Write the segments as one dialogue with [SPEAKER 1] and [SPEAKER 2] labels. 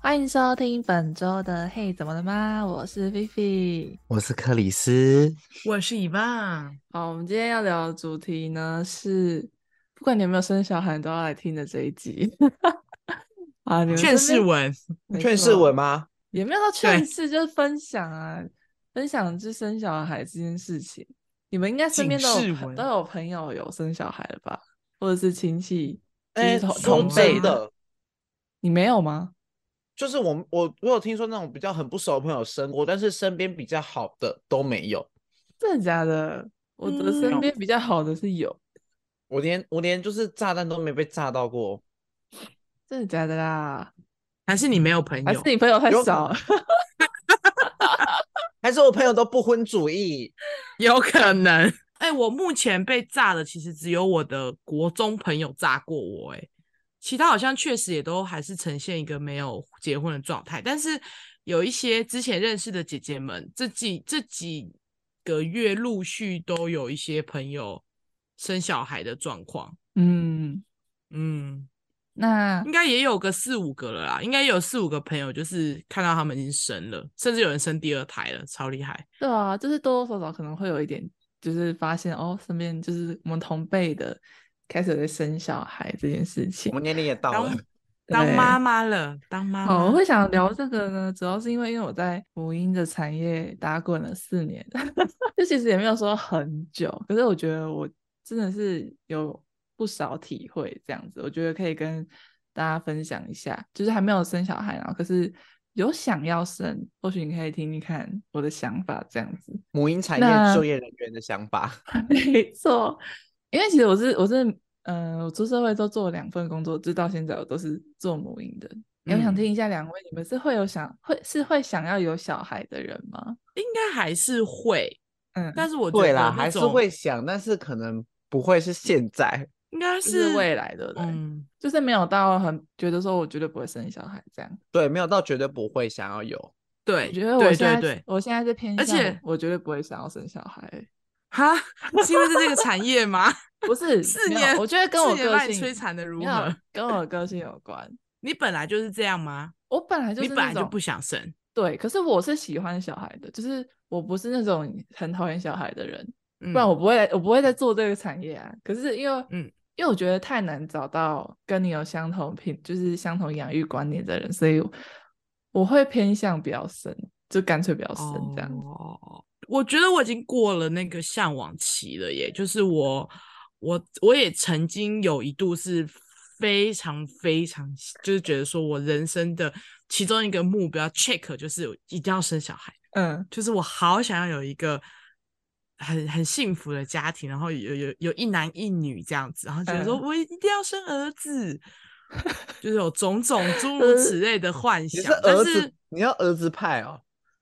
[SPEAKER 1] 欢迎收听本周的《嘿，怎么了吗？》我是菲菲。
[SPEAKER 2] 我是克里斯，
[SPEAKER 3] 我是以棒，
[SPEAKER 1] 好，我们今天要聊的主题呢是，不管你有没有生小孩，你都要来听的这一集。 啊，你们
[SPEAKER 3] 劝
[SPEAKER 1] 身
[SPEAKER 3] 世
[SPEAKER 1] 边
[SPEAKER 3] 文，
[SPEAKER 1] 没
[SPEAKER 2] 劝世
[SPEAKER 1] 错
[SPEAKER 2] 文吗？
[SPEAKER 1] 也没有到
[SPEAKER 3] 对
[SPEAKER 1] 劝世，就是分享啊，分享就是生小孩这件事情。你们应该身边
[SPEAKER 3] 警
[SPEAKER 1] 都有
[SPEAKER 3] 示
[SPEAKER 1] 朋
[SPEAKER 3] 文
[SPEAKER 1] 都有朋友有生小孩了吧，或者是亲戚，就是
[SPEAKER 2] 哎，
[SPEAKER 1] 同
[SPEAKER 2] 说
[SPEAKER 1] 同辈
[SPEAKER 2] 真的，
[SPEAKER 1] 你没有吗？
[SPEAKER 2] 就是我们我我有听说那种比较很不熟的朋友生过，但是身边比较好的都没有。
[SPEAKER 1] 真的假的？我的
[SPEAKER 3] 嗯
[SPEAKER 1] 身边比较好的是有，
[SPEAKER 2] 我连我连就是炸弹都没被炸到过，
[SPEAKER 1] 真的假的啦？
[SPEAKER 3] 还是你没有朋
[SPEAKER 1] 还是
[SPEAKER 3] 友？
[SPEAKER 1] 你朋友太
[SPEAKER 2] 有可
[SPEAKER 1] 少？
[SPEAKER 2] 还是我朋友都不婚主义。
[SPEAKER 3] 有可能。哎、我目前被炸的其实只有我的国中朋友炸过我、哎，其他好像确实也都还是呈现一个没有结婚的状态。但是有一些之前认识的姐姐们，这几这几个月陆续都有一些朋友生小孩的状况。
[SPEAKER 1] 嗯，
[SPEAKER 3] 嗯，
[SPEAKER 1] 那
[SPEAKER 3] 应该也有个四五个了啦，应该有四五个朋友，就是看到他们已经生了，甚至有人生第二胎了，超厉害。
[SPEAKER 1] 对啊，就是多多少少可能会有一点，就是发现哦，身边就是我们同辈的开始有在生小孩这件事情
[SPEAKER 2] 我。们年龄也到了
[SPEAKER 3] 当，当
[SPEAKER 1] 对
[SPEAKER 3] 妈妈了，当妈妈。
[SPEAKER 1] 哦，我会想聊这个呢，主要是因为因为我在母婴的产业打滚了四 年，就其实也没有说很久，可是我觉得我真的是有不少体会，这样子，我觉得可以跟大家分享一下，就是还没有生小孩，然后可是有想要生，或许你可以听听看我的想法，这样子。
[SPEAKER 2] 母婴产
[SPEAKER 1] 那
[SPEAKER 2] 业就业人员的想法。
[SPEAKER 1] 没错，因为其实我是我是嗯、呃我出社会都做了两份工作，直到现在我都是做母婴的。我想
[SPEAKER 3] 嗯
[SPEAKER 1] 听一下两位，你们是会有想会是会想要有小孩的人吗？
[SPEAKER 3] 应该还是会，
[SPEAKER 1] 嗯，
[SPEAKER 3] 但是我觉
[SPEAKER 2] 对
[SPEAKER 3] 得
[SPEAKER 2] 啦，
[SPEAKER 3] 那
[SPEAKER 2] 还是
[SPEAKER 3] 种
[SPEAKER 2] 会，想，但是可能不会是现在。
[SPEAKER 3] 应该
[SPEAKER 1] 就是
[SPEAKER 3] 是
[SPEAKER 1] 未来对不对？
[SPEAKER 3] 嗯，
[SPEAKER 1] 就是没有到很觉得说我绝对不会生小孩这样。
[SPEAKER 2] 对，没有到绝对不会想要有。
[SPEAKER 3] 对，
[SPEAKER 1] 我觉得我
[SPEAKER 3] 对
[SPEAKER 1] 现在
[SPEAKER 3] 对对，
[SPEAKER 1] 我现在是偏向，
[SPEAKER 3] 而且
[SPEAKER 1] 我绝对不会想要生小孩。
[SPEAKER 3] 哈，是因为是这个产业吗？
[SPEAKER 1] 不是
[SPEAKER 3] 四
[SPEAKER 1] 没有
[SPEAKER 3] 年，
[SPEAKER 1] 我觉得跟
[SPEAKER 3] 四
[SPEAKER 1] 我
[SPEAKER 3] 年
[SPEAKER 1] 个
[SPEAKER 3] 把你
[SPEAKER 1] 性
[SPEAKER 3] 摧残的如
[SPEAKER 1] 没有
[SPEAKER 3] 何？
[SPEAKER 1] 跟我个性有关。
[SPEAKER 3] 你本来就是这样吗？
[SPEAKER 1] 我本来就
[SPEAKER 3] 你
[SPEAKER 1] 是
[SPEAKER 3] 本
[SPEAKER 1] 那
[SPEAKER 3] 来就
[SPEAKER 1] 种
[SPEAKER 3] 不想生，
[SPEAKER 1] 对，可是我是喜欢小孩的，就是我不是那种很讨厌小孩的人，
[SPEAKER 3] 不
[SPEAKER 1] 不然我不会来，我不会再做这个产业啊。可是因为，
[SPEAKER 3] 嗯，
[SPEAKER 1] 因为我觉得太难找到跟你有相同品，就是相同养育观念的人，所以我会偏向不要生，就干脆不要生这样。
[SPEAKER 3] 哦，我觉得我已经过了那个向往期了耶，就是我，我我也曾经有一度是非常非常，就是觉得说我人生的其中一个目标 check 就是一定要生小孩，
[SPEAKER 1] 嗯
[SPEAKER 3] 就是我好想要有一个很很幸福的家庭，然后有有有一男一女这样子，然后觉得说
[SPEAKER 1] 嗯
[SPEAKER 3] 我一定要生儿子。就是有种种诸如此类的幻
[SPEAKER 2] 你
[SPEAKER 3] 想
[SPEAKER 2] 是，
[SPEAKER 3] 但
[SPEAKER 2] 儿
[SPEAKER 3] 是
[SPEAKER 2] 子，你要儿子派哦。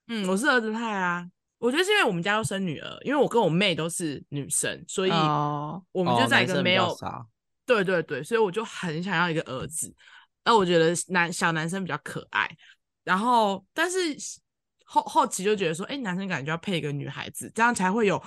[SPEAKER 3] 嗯，我是儿子派啊。我觉得是因为我们家都生女儿，因为我跟我妹都是女生，所以
[SPEAKER 1] 哦
[SPEAKER 3] 我们
[SPEAKER 2] 哦
[SPEAKER 3] 就在一
[SPEAKER 2] 男
[SPEAKER 3] 个
[SPEAKER 2] 生
[SPEAKER 3] 没
[SPEAKER 2] 比较
[SPEAKER 3] 有、
[SPEAKER 2] 少
[SPEAKER 3] 对对对，所以我就很想要一个儿子。那我觉得男小男生比较可爱，然后但是后后期就觉得说，哎、男生感觉要配一个女孩子，这样才会有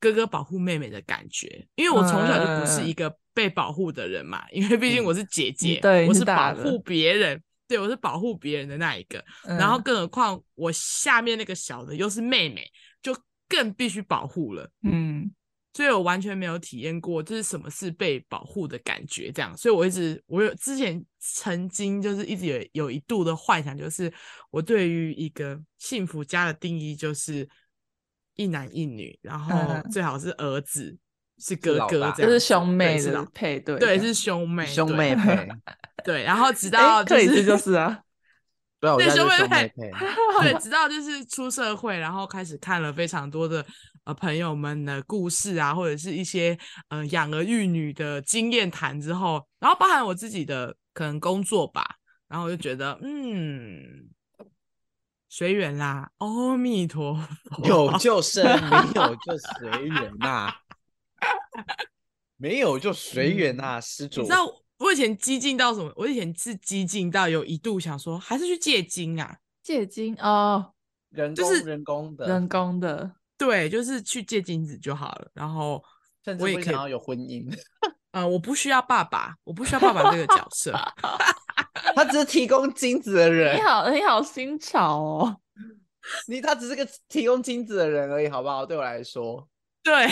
[SPEAKER 3] 哥哥保护妹妹的感觉。因为我从小就不是
[SPEAKER 1] 嗯
[SPEAKER 3] 一个被保护的人嘛，因为毕竟
[SPEAKER 2] 嗯
[SPEAKER 3] 我是姐姐，
[SPEAKER 1] 对
[SPEAKER 3] 我
[SPEAKER 1] 你是
[SPEAKER 3] 是
[SPEAKER 1] 大
[SPEAKER 3] 保
[SPEAKER 1] 的
[SPEAKER 3] 护别人，对我是保护别人的那一个。
[SPEAKER 1] 嗯
[SPEAKER 3] 然后更何况我下面那个小的又是妹妹，就更必须保护了。
[SPEAKER 1] 嗯
[SPEAKER 3] 所以我完全没有体验过就是什么是被保护的感觉，这样，所以我一直我有之前曾经就是一直有有一度的幻想，就是我对于一个幸福家的定义就是一男一女，然后
[SPEAKER 1] 嗯
[SPEAKER 3] 最好是儿子是哥
[SPEAKER 2] 老
[SPEAKER 3] 哥这
[SPEAKER 2] 大
[SPEAKER 3] 样子，
[SPEAKER 1] 就是兄
[SPEAKER 3] 对
[SPEAKER 1] 妹
[SPEAKER 3] 是
[SPEAKER 1] 的
[SPEAKER 3] 老
[SPEAKER 1] 配对这
[SPEAKER 3] 对
[SPEAKER 1] 样，
[SPEAKER 3] 是兄妹
[SPEAKER 2] 兄
[SPEAKER 3] 对
[SPEAKER 2] 妹配。
[SPEAKER 3] 对，然后直
[SPEAKER 1] 哎，
[SPEAKER 3] 到就
[SPEAKER 1] 克里斯
[SPEAKER 3] 是
[SPEAKER 1] 就是啊，
[SPEAKER 2] 对，我
[SPEAKER 3] 对
[SPEAKER 2] 家就
[SPEAKER 3] 兄
[SPEAKER 2] 是兄
[SPEAKER 3] 妹
[SPEAKER 2] 妹
[SPEAKER 3] 配
[SPEAKER 2] 配。
[SPEAKER 3] 对，直到就是出社会，然后开始看了非常多的呃朋友们的故事啊，或者是一些呃养儿育女的经验谈之后，然后包含我自己的可能工作吧，然后我就觉得嗯，随缘啦，阿弥陀 佛，
[SPEAKER 2] 有就生，没有就随缘呐，没有就随缘呐，施主。
[SPEAKER 3] 你知道我以前激进到什么？我以前是激进到有一度想说，还是去借精啊。
[SPEAKER 1] 借精哦，
[SPEAKER 2] 人
[SPEAKER 3] 就
[SPEAKER 2] 工
[SPEAKER 3] 是
[SPEAKER 2] 人工的，
[SPEAKER 1] 人工的，
[SPEAKER 3] 对，就是去借精子就好了。然后，
[SPEAKER 2] 甚
[SPEAKER 3] 我
[SPEAKER 2] 至
[SPEAKER 3] 也
[SPEAKER 2] 不
[SPEAKER 3] 可以
[SPEAKER 2] 想要有婚姻。
[SPEAKER 3] 呃，我不需要爸爸，我不需要爸爸这个角色。
[SPEAKER 2] 他只是提供金子的人
[SPEAKER 1] 你，好，你好新潮哦。
[SPEAKER 2] 你他只是个提供金子的人而已，好不好？对我来说，
[SPEAKER 3] 对，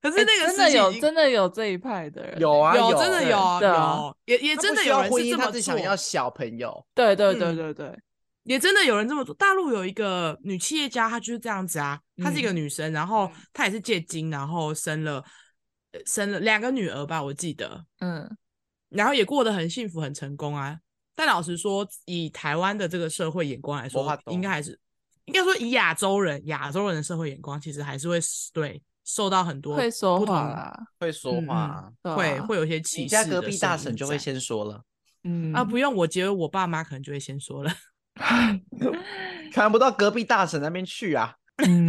[SPEAKER 3] 可是
[SPEAKER 1] 哎
[SPEAKER 3] 那个
[SPEAKER 1] 真的
[SPEAKER 3] 事情
[SPEAKER 1] 有
[SPEAKER 3] 已经
[SPEAKER 1] 真的有这一派的人，欸
[SPEAKER 2] 有啊
[SPEAKER 3] 有真的
[SPEAKER 2] 有
[SPEAKER 3] 有啊
[SPEAKER 1] 对啊
[SPEAKER 3] 有，也也
[SPEAKER 2] 他
[SPEAKER 3] 真
[SPEAKER 2] 不
[SPEAKER 3] 的
[SPEAKER 2] 需
[SPEAKER 3] 有
[SPEAKER 2] 要
[SPEAKER 3] 人
[SPEAKER 2] 婚
[SPEAKER 3] 是
[SPEAKER 2] 姻，
[SPEAKER 3] 这
[SPEAKER 2] 他
[SPEAKER 3] 么
[SPEAKER 2] 只想要
[SPEAKER 3] 做，
[SPEAKER 2] 小朋友。
[SPEAKER 1] 对对
[SPEAKER 3] 嗯
[SPEAKER 1] 对对对，
[SPEAKER 3] 也真的有人这么做。大陆有一个女企业家，她就是这样子啊，她是一个女生，然后
[SPEAKER 1] 嗯
[SPEAKER 3] 她也是借精，然后生了呃生了两个女儿吧，我记得，
[SPEAKER 1] 嗯，
[SPEAKER 3] 然后也过得很幸福很成功啊。但老实说，以台湾的这个社会眼光来
[SPEAKER 2] 法
[SPEAKER 3] 说，
[SPEAKER 2] 懂
[SPEAKER 3] 应该还是应该说以亚洲人亚洲人的社会眼光，其实还是会对受到很多
[SPEAKER 1] 会说
[SPEAKER 3] 不同
[SPEAKER 1] 话啦，
[SPEAKER 2] 会说
[SPEAKER 3] 嗯
[SPEAKER 2] 话，
[SPEAKER 1] 对
[SPEAKER 3] 会
[SPEAKER 1] 啊
[SPEAKER 3] 会有一些歧
[SPEAKER 2] 你
[SPEAKER 3] 视
[SPEAKER 2] 家隔
[SPEAKER 3] 的
[SPEAKER 2] 壁
[SPEAKER 3] 声
[SPEAKER 2] 大
[SPEAKER 3] 音
[SPEAKER 2] 婶就会
[SPEAKER 3] 在
[SPEAKER 2] 先说了，
[SPEAKER 1] 嗯
[SPEAKER 3] 啊，不用，我觉得我爸妈可能就会先说了。
[SPEAKER 2] 传不到隔壁大婶那边去啊。
[SPEAKER 1] 嗯，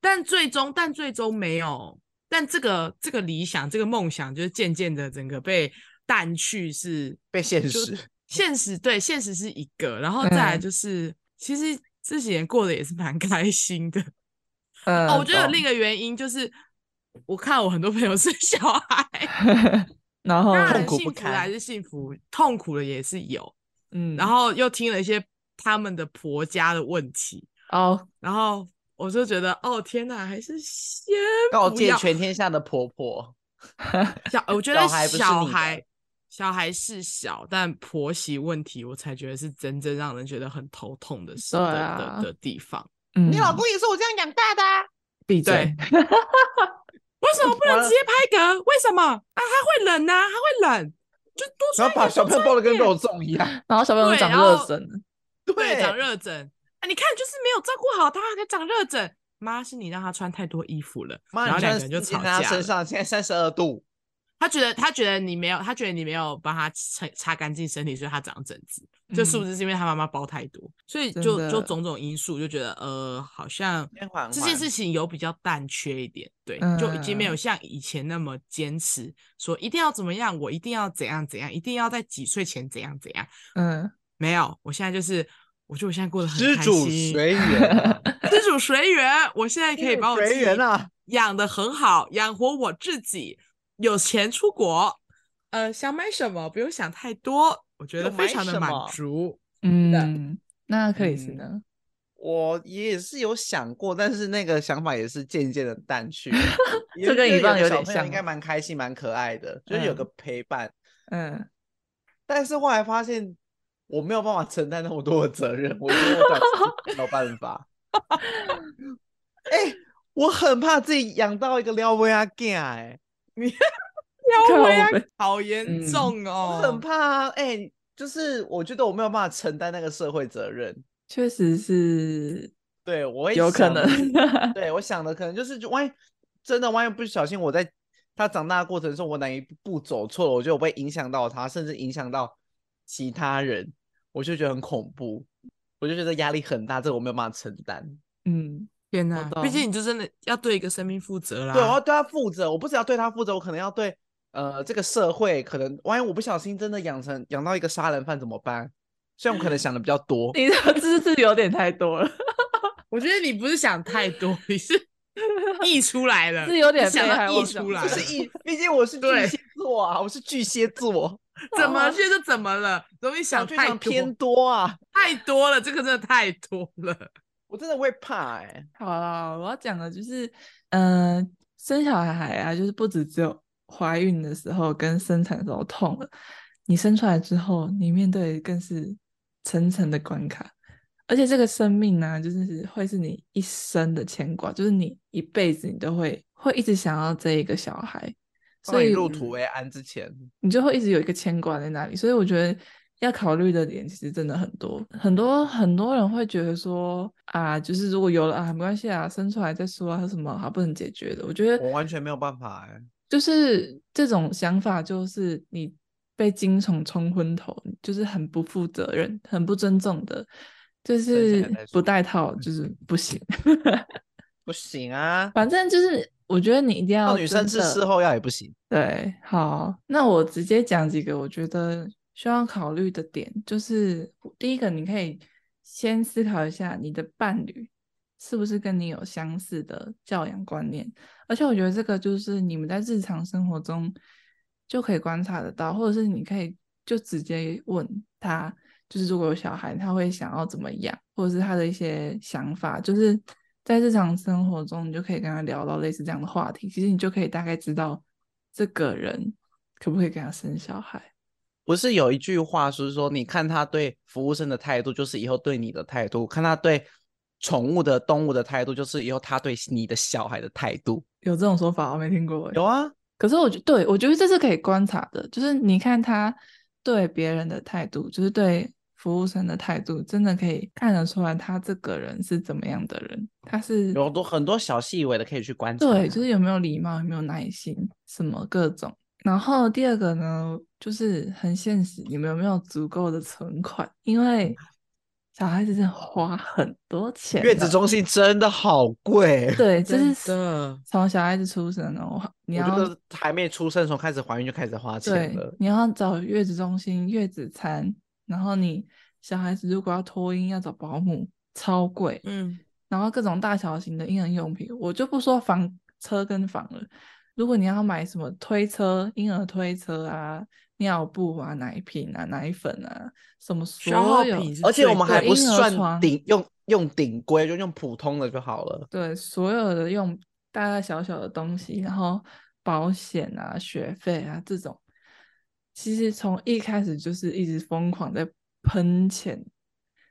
[SPEAKER 3] 但最终，但最终没有，但这个这个理想，这个梦想，就是渐渐的整个被淡去是，
[SPEAKER 2] 被现
[SPEAKER 3] 就
[SPEAKER 2] 实，
[SPEAKER 3] 现实对现实是一个，然后再来
[SPEAKER 1] 嗯
[SPEAKER 3] 就是，其实这几年过得也是蛮 开心的。
[SPEAKER 1] 嗯
[SPEAKER 3] 哦，我觉得有另一
[SPEAKER 1] 懂
[SPEAKER 3] 个原因就是，我看我很多朋友生 小孩，
[SPEAKER 1] 然后
[SPEAKER 3] 当
[SPEAKER 2] 痛
[SPEAKER 3] 然
[SPEAKER 2] 苦
[SPEAKER 3] 幸
[SPEAKER 2] 不
[SPEAKER 3] 福
[SPEAKER 2] 堪
[SPEAKER 3] 还是幸福，痛苦的也是有，
[SPEAKER 1] 嗯，
[SPEAKER 3] 然后又听了一些他们的婆家的问题，
[SPEAKER 1] 哦，
[SPEAKER 3] 然后我就觉得，哦天哪，还是先
[SPEAKER 2] 告
[SPEAKER 3] 不
[SPEAKER 2] 诫
[SPEAKER 3] 要
[SPEAKER 2] 全天下的婆婆，
[SPEAKER 3] 小，我觉
[SPEAKER 2] 小
[SPEAKER 3] 得
[SPEAKER 2] 孩不是
[SPEAKER 3] 小
[SPEAKER 2] 你的
[SPEAKER 3] 孩小孩是小，但婆媳问题，我才觉得是真正让人觉得很头痛的事
[SPEAKER 1] 对
[SPEAKER 3] 的、
[SPEAKER 1] 啊
[SPEAKER 3] 的的地方。
[SPEAKER 1] 你
[SPEAKER 2] 也是我这样养大的、啊。
[SPEAKER 1] 闭
[SPEAKER 3] 对
[SPEAKER 1] 嘴，
[SPEAKER 3] 为什么不
[SPEAKER 2] 完
[SPEAKER 3] 能
[SPEAKER 2] 了
[SPEAKER 3] 直接拍嗝？为什么啊？他会冷呐、啊，他会冷，就多
[SPEAKER 2] 然
[SPEAKER 3] 穿
[SPEAKER 2] 后
[SPEAKER 3] 一
[SPEAKER 2] 把
[SPEAKER 3] 点。
[SPEAKER 2] 小
[SPEAKER 3] 多
[SPEAKER 2] 朋友
[SPEAKER 3] 穿
[SPEAKER 2] 抱
[SPEAKER 3] 一
[SPEAKER 2] 的跟
[SPEAKER 3] 点
[SPEAKER 2] 肉粽一样，
[SPEAKER 1] 然后小朋友
[SPEAKER 3] 对
[SPEAKER 1] 长
[SPEAKER 3] 然
[SPEAKER 1] 热
[SPEAKER 3] 后
[SPEAKER 1] 疹了，
[SPEAKER 3] 对，长
[SPEAKER 2] 对
[SPEAKER 3] 热疹。啊，你看，就是没有照顾好他，他长热疹。妈，是你让他穿太多衣服了，
[SPEAKER 2] 妈，
[SPEAKER 3] 然后
[SPEAKER 2] 你
[SPEAKER 3] 两
[SPEAKER 2] 看
[SPEAKER 3] 个人就
[SPEAKER 2] 四斤
[SPEAKER 3] 吵
[SPEAKER 2] 在
[SPEAKER 3] 架
[SPEAKER 2] 他啊身
[SPEAKER 3] 了。
[SPEAKER 2] 上，现在三十二度，
[SPEAKER 3] 他觉得他觉得你没有，他觉得你没有帮他擦擦干净身体，所以他长疹子。这是不
[SPEAKER 1] 嗯
[SPEAKER 3] 是是因为他妈妈包太多？所以
[SPEAKER 1] 真
[SPEAKER 3] 就就
[SPEAKER 1] 的
[SPEAKER 3] 种种因素，就觉得呃，好像
[SPEAKER 2] 先缓
[SPEAKER 3] 这件
[SPEAKER 2] 缓
[SPEAKER 3] 事情有比较淡缺一点，对，就已经没有
[SPEAKER 1] 嗯
[SPEAKER 3] 像以前那么坚持，说一定要怎么样，我一定要怎样怎样，一定要在几岁前怎样怎样。
[SPEAKER 1] 嗯，
[SPEAKER 3] 没有，我现在就是，我觉得我现在过得很
[SPEAKER 2] 知
[SPEAKER 3] 开
[SPEAKER 2] 主
[SPEAKER 3] 心
[SPEAKER 2] 随缘啊、
[SPEAKER 3] 知主随缘，我现在
[SPEAKER 2] 知
[SPEAKER 3] 可以
[SPEAKER 2] 主
[SPEAKER 3] 把我
[SPEAKER 2] 随
[SPEAKER 3] 自己
[SPEAKER 2] 缘啊
[SPEAKER 3] 养的很好，养活我自己，有钱出国，呃，想买什么不用想太多，我觉
[SPEAKER 2] 有
[SPEAKER 3] 得非
[SPEAKER 2] 买
[SPEAKER 3] 常的
[SPEAKER 2] 什
[SPEAKER 3] 满
[SPEAKER 2] 么
[SPEAKER 3] 足。
[SPEAKER 1] 嗯，那克里斯
[SPEAKER 3] 嗯
[SPEAKER 1] 呢？
[SPEAKER 2] 我也是有想过，但是那个想法也是渐渐的淡去了。也
[SPEAKER 1] 这跟
[SPEAKER 2] 觉得
[SPEAKER 1] 以往
[SPEAKER 2] 有
[SPEAKER 1] 有
[SPEAKER 2] 个小
[SPEAKER 1] 点
[SPEAKER 2] 朋友
[SPEAKER 1] 像
[SPEAKER 2] 应该
[SPEAKER 1] 哦
[SPEAKER 2] 蛮开心、蛮可爱的，就是有
[SPEAKER 1] 嗯
[SPEAKER 2] 个陪伴。
[SPEAKER 1] 嗯，
[SPEAKER 2] 但是后来发现我没有办法承担那么多的责任，我觉得我短期没有办 法。哎、我很怕自己养到一个撩妹阿 g 哎，
[SPEAKER 1] 靠
[SPEAKER 3] 要回来
[SPEAKER 1] 北
[SPEAKER 3] 好
[SPEAKER 1] 嗯
[SPEAKER 3] 严重
[SPEAKER 2] 我
[SPEAKER 3] 哦，
[SPEAKER 2] 很怕啊哎、就是我觉得我没有办法承担那个社会责任。
[SPEAKER 1] 确实是
[SPEAKER 2] 对，我会
[SPEAKER 1] 有可
[SPEAKER 2] 想
[SPEAKER 1] 能
[SPEAKER 2] 的，对我想的可能就是，就万一真的万一不小心我在他长大的过程中，我哪一步走错了，我觉得我会影响到他，甚至影响到其他人，我就觉得很恐怖，我就觉得压力很大，这个我没有办法承担。
[SPEAKER 1] 嗯，
[SPEAKER 3] 天
[SPEAKER 1] 我
[SPEAKER 3] 哪！
[SPEAKER 1] 懂
[SPEAKER 3] 毕竟你就真的要对一个生命负
[SPEAKER 1] 啊
[SPEAKER 3] 责啦。
[SPEAKER 2] 对，我要对他负责，我不只要对他负责，我可能要对呃这个社会，可能万一我不小心真的养成养到一个杀人犯怎么办？虽然我 可能想的比较多，
[SPEAKER 1] 你的知识有点太多了，
[SPEAKER 3] 我觉得你不是想太多，你是溢出来了，
[SPEAKER 1] 是有
[SPEAKER 3] 你
[SPEAKER 1] 点
[SPEAKER 3] 想
[SPEAKER 1] 被害
[SPEAKER 3] 到溢
[SPEAKER 1] 妄想
[SPEAKER 3] 出来
[SPEAKER 2] 就
[SPEAKER 3] 了，
[SPEAKER 2] 是一， 毕竟我是巨
[SPEAKER 3] 对
[SPEAKER 2] 蟹座啊，我是巨蟹 座，
[SPEAKER 3] 怎么现在怎么了？容易想
[SPEAKER 2] 剧
[SPEAKER 3] 太
[SPEAKER 2] 场
[SPEAKER 3] 多，
[SPEAKER 2] 偏多啊。
[SPEAKER 3] 太多了，这个真的太多了。
[SPEAKER 2] 我真的会怕哎、
[SPEAKER 1] 好啦，我要讲的就是，嗯、生小孩啊，就是不只只有怀孕的时候跟生产的时候痛了，你生出来之后，你面对的更是层层的关卡，而且这个生命呢、就是会是你一生的牵挂，就是你一辈子你都会会一直想要这一个小孩，所
[SPEAKER 2] 所以
[SPEAKER 1] 以嗯
[SPEAKER 2] 入土为安之前，
[SPEAKER 1] 你就会一直有一个牵挂在那里，所以我觉得要考虑的点其实真的很多，很多很多人会觉得说啊，就是如果有了啊，没关系啊，生出来再说啊，什么好不能解决的。我觉
[SPEAKER 2] 我
[SPEAKER 1] 得
[SPEAKER 2] 完全没有办法哎、
[SPEAKER 1] 就是这种想法，就是你被精虫冲昏头，就是很不负责任、很不尊重的，就
[SPEAKER 2] 生
[SPEAKER 1] 是
[SPEAKER 2] 下来再
[SPEAKER 1] 不
[SPEAKER 2] 说
[SPEAKER 1] 带套就是不行。
[SPEAKER 2] 不行啊。
[SPEAKER 1] 反正就是我觉得你一定要
[SPEAKER 2] 让女生
[SPEAKER 1] 哦真
[SPEAKER 2] 吃
[SPEAKER 1] 的
[SPEAKER 2] 事后药也不行。
[SPEAKER 1] 对，好，那我直接讲几个我觉得需要考虑的点，就是第一个，你可以先思考一下你的伴侣是不是跟你有相似的教养观念，而且我觉得这个就是你们在日常生活中就可以观察得到，或者是你可以就直接问他，就是如果有小孩，他会想要怎么养，或者是他的一些想法，就是在日常生活中，你就可以跟他聊到类似这样的话题。其实你就可以大概知道这个人可不可以给他生小孩。
[SPEAKER 2] 不是有一句话是说，你看他对服务生的态度，就是以后对你的态度；看他对宠物的动物的态度，就是以后他对你的小孩的态度。
[SPEAKER 1] 有这种说法，我没听过欸。
[SPEAKER 2] 有啊，
[SPEAKER 1] 可是我觉对我觉得这是可以观察的，就是你看他对别人的态度，就是对服务生的态度，真的可以看得出来他这个人是怎么样的人，他是
[SPEAKER 2] 有很啊多很多小细微的可以去观察。
[SPEAKER 1] 对，就是有没有礼貌，有没有耐心，什么各种。然后第二个呢，就是很现实，你们有没有足够的存款？因为小孩子真的花很多钱的，
[SPEAKER 2] 月子中心真的好贵。
[SPEAKER 1] 对，就
[SPEAKER 3] 真
[SPEAKER 1] 是
[SPEAKER 3] 的，
[SPEAKER 1] 从小孩子出生哦，你
[SPEAKER 2] 我
[SPEAKER 1] 要
[SPEAKER 2] 觉得还没出生的时候开始怀孕就开始花
[SPEAKER 1] 对
[SPEAKER 2] 钱了，，
[SPEAKER 1] 你要找月子中心、月子餐，然后你小孩子如果要托婴，要找保姆，超贵。
[SPEAKER 3] 嗯，
[SPEAKER 1] 然后各种大小型的婴儿用品，我就不说房车跟房了。如果你要买什么推车、婴儿推车啊、尿布啊、奶瓶啊、奶粉啊，什么所
[SPEAKER 3] 消耗
[SPEAKER 1] 有
[SPEAKER 3] 品是
[SPEAKER 2] 而且我
[SPEAKER 3] 最
[SPEAKER 2] 们还
[SPEAKER 3] 贵
[SPEAKER 2] 不
[SPEAKER 1] 婴儿
[SPEAKER 2] 算
[SPEAKER 1] 床
[SPEAKER 2] 顶用用顶规，就用普通的就好了。
[SPEAKER 1] 对所有的用大大小小的东西，然后保险啊、学费啊这种，其实从一开始就是一直疯狂在喷钱，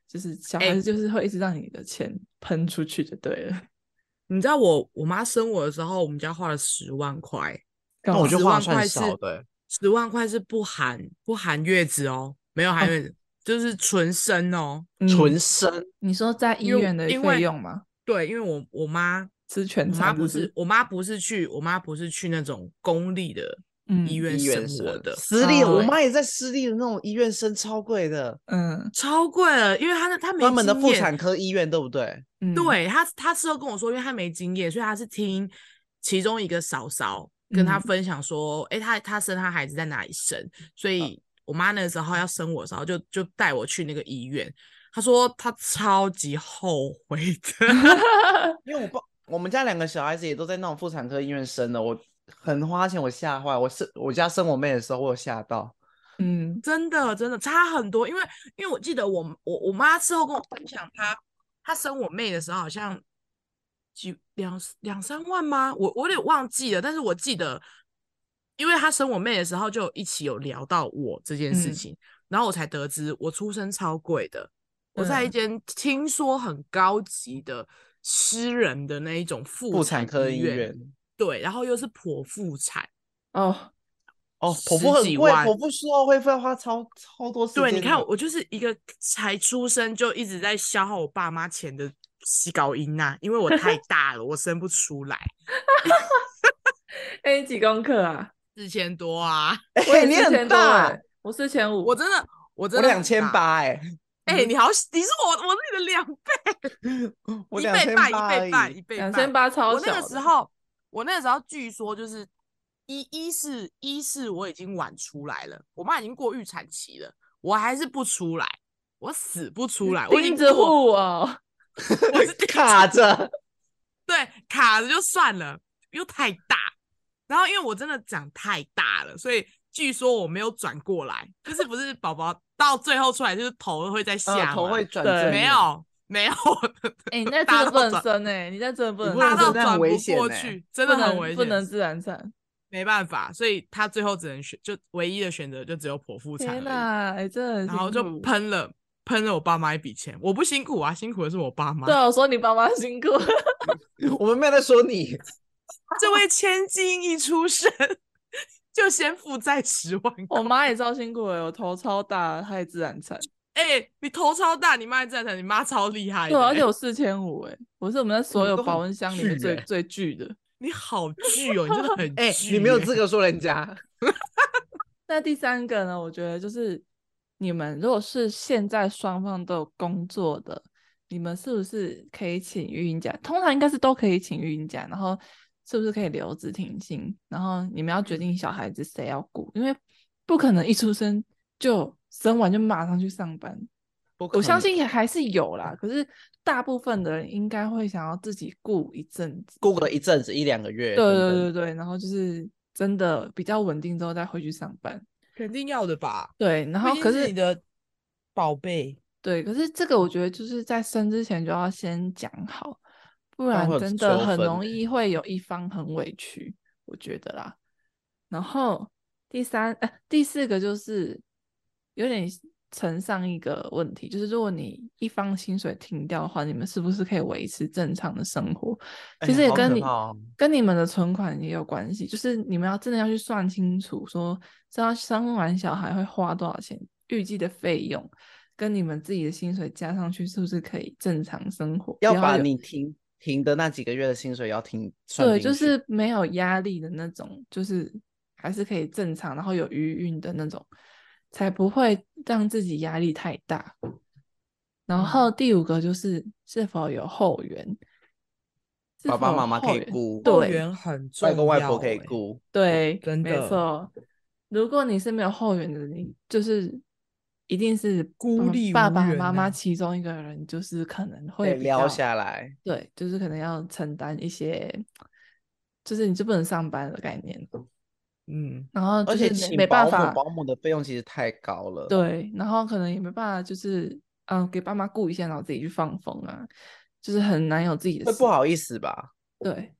[SPEAKER 1] 就是小孩
[SPEAKER 3] 哎
[SPEAKER 1] 子就是会一直让你的钱喷出去就对了。
[SPEAKER 3] 你知道我我妈生我的时候，我们家花了十万块，
[SPEAKER 1] 干
[SPEAKER 2] 那我
[SPEAKER 1] 嘛
[SPEAKER 2] 觉得
[SPEAKER 3] 10
[SPEAKER 2] 话
[SPEAKER 3] 万
[SPEAKER 2] 算
[SPEAKER 3] 块是
[SPEAKER 2] 少的，
[SPEAKER 3] 十万块是不含不含月子哦，没有含月子，就是纯生哦。
[SPEAKER 1] 嗯
[SPEAKER 2] 纯生
[SPEAKER 1] 你说在医
[SPEAKER 3] 因为
[SPEAKER 1] 院的
[SPEAKER 3] 因
[SPEAKER 1] 费
[SPEAKER 3] 为
[SPEAKER 1] 用吗？
[SPEAKER 3] 对，因为我我妈
[SPEAKER 1] 吃全
[SPEAKER 3] 我妈
[SPEAKER 1] 餐
[SPEAKER 3] 不
[SPEAKER 1] 是
[SPEAKER 3] 是我妈不是去我妈不是去那种公立的
[SPEAKER 1] 嗯
[SPEAKER 3] 医院
[SPEAKER 2] 医院
[SPEAKER 3] 生我的，
[SPEAKER 2] 私立，
[SPEAKER 1] 哦
[SPEAKER 2] 我
[SPEAKER 1] 对
[SPEAKER 2] 妈也在私立的那种医院生，超贵的，
[SPEAKER 1] 嗯
[SPEAKER 3] 超贵了，因为她那她没
[SPEAKER 2] 专门的
[SPEAKER 3] 经
[SPEAKER 2] 妇
[SPEAKER 3] 验
[SPEAKER 2] 产科医院，对不对？
[SPEAKER 1] 嗯，
[SPEAKER 3] 对他，他事后跟我说，因为他没经验，所以他是听其中一个嫂嫂跟他
[SPEAKER 1] 嗯
[SPEAKER 3] 分享说，诶，他他生他孩子在哪里生，所
[SPEAKER 1] 嗯
[SPEAKER 3] 以我妈那个时候要生我的时候就，就带我去那个医院。他说他超级后悔的，
[SPEAKER 2] 因为我爸，我们家两个小孩子也都在那种妇产科医院生的，我很花钱，我吓坏。我是我家生我妹的时候，我有吓到。
[SPEAKER 1] 嗯
[SPEAKER 3] 真的真的差很多。因为因为我记得我我我妈事后跟我分享她，她生我妹的时候好像几两两三万吗？我我有点忘记了，但是我记得，因为她生我妹的时候就一起有聊到我这件事
[SPEAKER 1] 嗯
[SPEAKER 3] 情，然后我才得知我出生超贵的，我在一
[SPEAKER 1] 嗯
[SPEAKER 3] 间听说很高级的私人的那一种妇
[SPEAKER 2] 妇产科医
[SPEAKER 3] 院，
[SPEAKER 2] 院
[SPEAKER 3] 对，然后又是剖腹产。
[SPEAKER 1] 哦，
[SPEAKER 2] 哦，婆
[SPEAKER 3] 十
[SPEAKER 2] 婆很
[SPEAKER 3] 几
[SPEAKER 2] 贵，
[SPEAKER 3] 万
[SPEAKER 2] 婆婆术后恢复要花超超多时间
[SPEAKER 3] 对，
[SPEAKER 2] 的。
[SPEAKER 3] 你看，我就是一个才出生就一直在消耗我爸妈钱的西高音呐、因为我 太大了，我生不出来，
[SPEAKER 1] 哎、你几功课啊？
[SPEAKER 3] 四千多啊，
[SPEAKER 1] 我也
[SPEAKER 2] 哎，你
[SPEAKER 1] 四
[SPEAKER 2] 很
[SPEAKER 1] 千多
[SPEAKER 2] 大
[SPEAKER 1] 哎，，我四千五，
[SPEAKER 3] 我真的，我真
[SPEAKER 2] 我
[SPEAKER 3] 的
[SPEAKER 2] 两千
[SPEAKER 3] 八，
[SPEAKER 2] 八哎，
[SPEAKER 3] 哎、你好，你是我我是你的两倍，
[SPEAKER 2] 我
[SPEAKER 3] 一
[SPEAKER 2] 两
[SPEAKER 3] 倍
[SPEAKER 2] 千
[SPEAKER 3] 半，
[SPEAKER 2] 八而
[SPEAKER 3] 一倍半，
[SPEAKER 2] 已。
[SPEAKER 3] 一倍
[SPEAKER 1] 两
[SPEAKER 3] 半，
[SPEAKER 1] 千八超
[SPEAKER 3] 我
[SPEAKER 1] 小
[SPEAKER 3] 那
[SPEAKER 1] 的。
[SPEAKER 3] 个时候，我那个时候据说就是一一是一是我已经晚出来了，我妈已经过预产期了，我还是不出来，我死不出来，我已经
[SPEAKER 1] 盯着
[SPEAKER 3] 过
[SPEAKER 1] 户哦，
[SPEAKER 3] 我是
[SPEAKER 2] 卡着，
[SPEAKER 3] 对，卡着就算了，又太大。然后因为我真的长太大了，所以据说我没有转过来，就是不是宝宝到最后出来就是头会在下
[SPEAKER 2] 嗯
[SPEAKER 3] 嘛、
[SPEAKER 2] 头会转
[SPEAKER 1] 对
[SPEAKER 2] 正
[SPEAKER 3] 没
[SPEAKER 2] 面，
[SPEAKER 3] 有没有
[SPEAKER 1] 哎、你那真
[SPEAKER 3] 大
[SPEAKER 1] 的
[SPEAKER 3] 到
[SPEAKER 1] 不能
[SPEAKER 3] 转
[SPEAKER 1] 生哎、你那真的不
[SPEAKER 2] 你
[SPEAKER 1] 能
[SPEAKER 2] 不
[SPEAKER 3] 大
[SPEAKER 2] 能
[SPEAKER 1] 生
[SPEAKER 2] 生
[SPEAKER 3] 到
[SPEAKER 2] 这样
[SPEAKER 3] 转
[SPEAKER 2] 危
[SPEAKER 3] 不
[SPEAKER 2] 险
[SPEAKER 3] 过
[SPEAKER 2] 欸
[SPEAKER 3] 去，真
[SPEAKER 1] 不
[SPEAKER 3] 的很
[SPEAKER 1] 能
[SPEAKER 3] 危险，
[SPEAKER 1] 不能自然产。
[SPEAKER 3] 没办法，所以他最后只能选，就唯一的选择就只有剖腹产
[SPEAKER 1] 天
[SPEAKER 3] 而已，
[SPEAKER 1] 哪，哎、真的很
[SPEAKER 3] 然后
[SPEAKER 1] 辛
[SPEAKER 3] 就
[SPEAKER 1] 苦
[SPEAKER 3] 喷了喷了我爸妈一笔钱，我不辛苦啊，辛苦的是我爸妈
[SPEAKER 1] 对，。啊我说你爸妈辛苦，
[SPEAKER 2] 我们没有在说你，
[SPEAKER 3] 这位千金一出生 就先负债十万
[SPEAKER 1] 我妈也超辛苦哎、我头超大，她也自然产。
[SPEAKER 3] 哎、你头超大，你妈也赞成，你妈超厉害的
[SPEAKER 1] 对，啊
[SPEAKER 3] 欸、
[SPEAKER 1] 而且我四千五哎，我是我们那所
[SPEAKER 2] 们
[SPEAKER 1] 有
[SPEAKER 2] 都很
[SPEAKER 1] 保温箱里面
[SPEAKER 2] 巨
[SPEAKER 1] 最
[SPEAKER 2] 欸
[SPEAKER 1] 最巨的。
[SPEAKER 3] 你好巨哦，你真的很
[SPEAKER 2] 哎，
[SPEAKER 3] 巨、
[SPEAKER 2] 你没有资。格说人家。
[SPEAKER 1] 那第三个呢？我觉得就是你们如果是现在双方都有工作的，你们是不是可以请育婴假？通常应该是都可以请育婴假，然后是不是可以留职停薪？然后你们要决定小孩子谁要顾，因为不可能一出生就生完就马上去上班。
[SPEAKER 2] 不可
[SPEAKER 1] 我相
[SPEAKER 2] 能
[SPEAKER 1] 信也还是有啦，可是大部分的人应该会想要自己顾一阵子。
[SPEAKER 2] 过个一阵子一两个月，
[SPEAKER 1] 对
[SPEAKER 2] 等
[SPEAKER 1] 对
[SPEAKER 2] 等
[SPEAKER 1] 对对，然后就是真的比较稳定之后再回去上班。
[SPEAKER 3] 肯定要的吧？
[SPEAKER 1] 对，然后
[SPEAKER 3] 毕竟
[SPEAKER 1] 可
[SPEAKER 3] 是
[SPEAKER 1] 是
[SPEAKER 3] 你的宝贝，
[SPEAKER 1] 对，可是这个我觉得就是在生之前就要先讲好，不然
[SPEAKER 2] 会有
[SPEAKER 1] 真的
[SPEAKER 2] 纠
[SPEAKER 1] 很
[SPEAKER 2] 纷
[SPEAKER 1] 容
[SPEAKER 2] 欸
[SPEAKER 1] 易会有一方很委屈，我觉得啦。然后第三、呃、第四个就是有点承上一个问题，就是如果你一方薪水停掉的话，你们是不是可以维持正常的生活？
[SPEAKER 2] 哎
[SPEAKER 1] 其实也
[SPEAKER 2] 好
[SPEAKER 1] 跟
[SPEAKER 2] 可
[SPEAKER 1] 你、
[SPEAKER 2] 怕哦
[SPEAKER 1] 跟你们的存款也有关系，就是你们要真的要去算清楚，说这样生完小孩会花多少钱，预计的费用跟你们自己的薪水加上去，是不是可以正常生活？
[SPEAKER 2] 要
[SPEAKER 1] 不
[SPEAKER 2] 把
[SPEAKER 1] 有
[SPEAKER 2] 你停停的那几个月的薪水要停算
[SPEAKER 1] 对，
[SPEAKER 2] 进
[SPEAKER 1] 就
[SPEAKER 2] 去
[SPEAKER 1] 是没有压力的那种，就是还是可以正常，然后有余韵的那种，才不会让自己压力太大。然后
[SPEAKER 2] 嗯
[SPEAKER 1] 第五个就是是否有后援，是
[SPEAKER 2] 爸爸
[SPEAKER 1] 否
[SPEAKER 2] 妈妈可
[SPEAKER 1] 后
[SPEAKER 2] 以
[SPEAKER 1] 援
[SPEAKER 2] 顾
[SPEAKER 1] 对
[SPEAKER 3] 后援很重
[SPEAKER 2] 外
[SPEAKER 3] 要、哎
[SPEAKER 2] 公外婆可以，顾，
[SPEAKER 1] 对，
[SPEAKER 3] 哦真
[SPEAKER 1] 没
[SPEAKER 3] 的
[SPEAKER 1] 错。如果你是没有后援的，你就是一定是
[SPEAKER 3] 孤
[SPEAKER 1] 爸
[SPEAKER 3] 立
[SPEAKER 1] 爸
[SPEAKER 3] 无
[SPEAKER 1] 爸
[SPEAKER 3] 援
[SPEAKER 1] 妈妈
[SPEAKER 3] 呐
[SPEAKER 1] 其中一个人，就是可能会
[SPEAKER 2] 得
[SPEAKER 1] 比
[SPEAKER 2] 撩
[SPEAKER 1] 较
[SPEAKER 2] 下来。
[SPEAKER 1] 对，就是可能要承担一些，就是你就不能上班的概念了，
[SPEAKER 3] 嗯，
[SPEAKER 1] 然后
[SPEAKER 2] 而
[SPEAKER 1] 就
[SPEAKER 2] 且
[SPEAKER 1] 是没
[SPEAKER 2] 请
[SPEAKER 1] 没
[SPEAKER 2] 保
[SPEAKER 1] 办
[SPEAKER 2] 姆，
[SPEAKER 1] 法，
[SPEAKER 2] 保姆的费用其实太高了。，
[SPEAKER 1] 对，然后可能也没办法，就是嗯、呃给爸妈顾一下，然后自己去放风啊，就是很难有自己的
[SPEAKER 2] 会
[SPEAKER 1] 事，
[SPEAKER 2] 不好意思吧？
[SPEAKER 1] 对。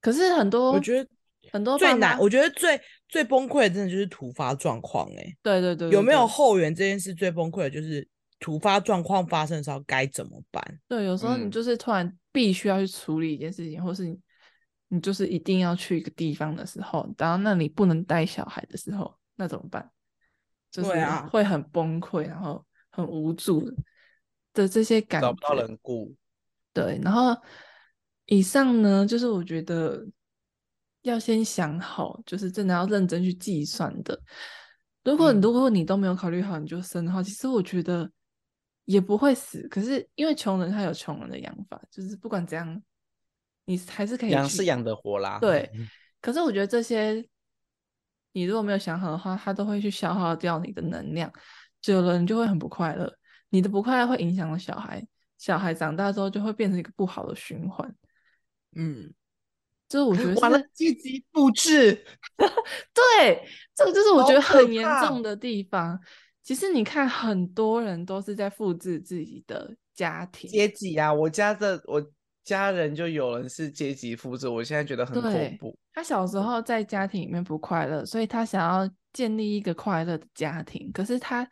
[SPEAKER 1] 可是很多，
[SPEAKER 3] 我觉得
[SPEAKER 1] 很多
[SPEAKER 3] 最
[SPEAKER 1] 爸
[SPEAKER 3] 难，
[SPEAKER 1] 妈
[SPEAKER 3] 我觉得最最崩溃的，真的就是突发状况哎。
[SPEAKER 1] 对对对
[SPEAKER 3] 有
[SPEAKER 1] 对
[SPEAKER 3] 没有
[SPEAKER 1] 对
[SPEAKER 3] 后援这件事最崩溃的就是突发状况发生的时候该怎么办？
[SPEAKER 1] 对，有时候你
[SPEAKER 2] 嗯
[SPEAKER 1] 就是突然必须要去处理一件事情，或是你你就是一定要去一个地方的时候，然后那你不能带小孩的时候，那怎么办？就是
[SPEAKER 3] 对啊
[SPEAKER 1] 会很崩溃，然后很无助的这些感
[SPEAKER 2] 找不到
[SPEAKER 1] 觉。
[SPEAKER 2] 人顾，
[SPEAKER 1] 对，然后以上呢，就是我觉得要先想好，就是真的要认真去计算的。如果
[SPEAKER 3] 嗯
[SPEAKER 1] 如果你都没有考虑好你就生的话，其实我觉得也不会死。可是因为穷人他有穷人的养法，就是不管怎样，你还是可以
[SPEAKER 2] 养
[SPEAKER 1] 去
[SPEAKER 2] 是养得活啦。
[SPEAKER 1] 对，可是我觉得这些，你如果没有想好的话，它都会去消耗掉你的能量，久了你就会很不快乐。你的不快乐会影响到小孩，小孩长大之后就会变成一个不好的循环。
[SPEAKER 3] 嗯，
[SPEAKER 1] 这我觉得
[SPEAKER 2] 完了
[SPEAKER 1] 是，
[SPEAKER 2] 积极布置，
[SPEAKER 1] 对，这个就是我
[SPEAKER 2] 好
[SPEAKER 1] 觉得
[SPEAKER 2] 可
[SPEAKER 1] 很严
[SPEAKER 2] 怕
[SPEAKER 1] 重的地方。其实你看，很多人都是在复制自己的家庭，
[SPEAKER 2] 阶级啊！我家的我家人就有人是阶级复制，我现在觉得很
[SPEAKER 1] 对
[SPEAKER 2] 恐怖。
[SPEAKER 1] 他小时候在家庭里面不快乐，所以他想要建立一个快乐的家庭。可是他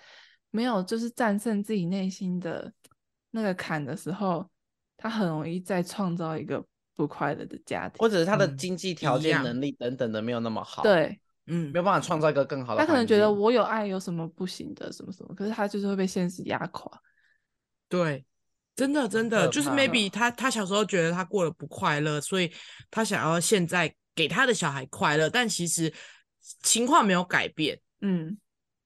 [SPEAKER 1] 没有就是战胜自己内心的那个坎的时候，他很容易再创造一个不快乐的家庭。
[SPEAKER 2] 或者是他的
[SPEAKER 3] 嗯
[SPEAKER 2] 经济条
[SPEAKER 3] 一
[SPEAKER 2] 件、
[SPEAKER 3] 样
[SPEAKER 2] 能力等等的没有那么好，，
[SPEAKER 1] 对
[SPEAKER 3] 嗯
[SPEAKER 2] 没有办法创造一个更好的
[SPEAKER 1] 他
[SPEAKER 2] 环境。
[SPEAKER 1] 可能觉得我有爱有什么不行的，什么什么，可是他就是会被现实压垮。
[SPEAKER 3] 对，真的真
[SPEAKER 2] 可
[SPEAKER 3] 的就是
[SPEAKER 2] 怕
[SPEAKER 3] maybe 他他小时候觉得他过得不快乐，所以他想要现在给他的小孩快乐，但其实情况没有改变，
[SPEAKER 1] 嗯，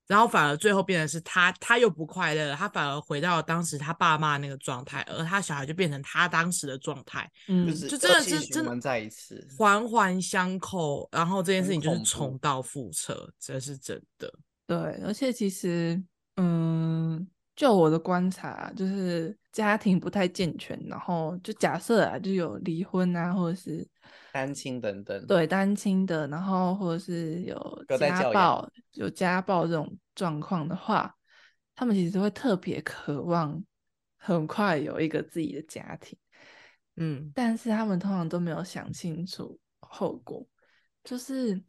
[SPEAKER 3] 然后反而最后变成是他他又不快乐了，他反而回到当时他爸妈那个状态，而他小孩就变成他当时的状态，
[SPEAKER 1] 嗯，
[SPEAKER 2] 就是
[SPEAKER 3] 就真的
[SPEAKER 2] 恶性
[SPEAKER 3] 是
[SPEAKER 2] 循
[SPEAKER 3] 真的
[SPEAKER 2] 环再一次，
[SPEAKER 3] 环环相扣，然后这件事
[SPEAKER 2] 嗯很
[SPEAKER 3] 情就是
[SPEAKER 2] 恐
[SPEAKER 3] 重
[SPEAKER 2] 怖
[SPEAKER 3] 蹈覆辙，这是真的。
[SPEAKER 1] 对，而且其实，嗯，就我的观察，就是家庭不太健全，然后就假设啊，就有离婚啊，或者是
[SPEAKER 2] 单亲等等。，
[SPEAKER 1] 对单亲的，然后或者是有
[SPEAKER 2] 隔代
[SPEAKER 1] 家
[SPEAKER 2] 教养
[SPEAKER 1] 暴、有家暴这种状况的话，他们其实会特别渴望很快有一个自己的家庭，
[SPEAKER 3] 嗯，
[SPEAKER 1] 但是他们通常都没有想清楚后果，就是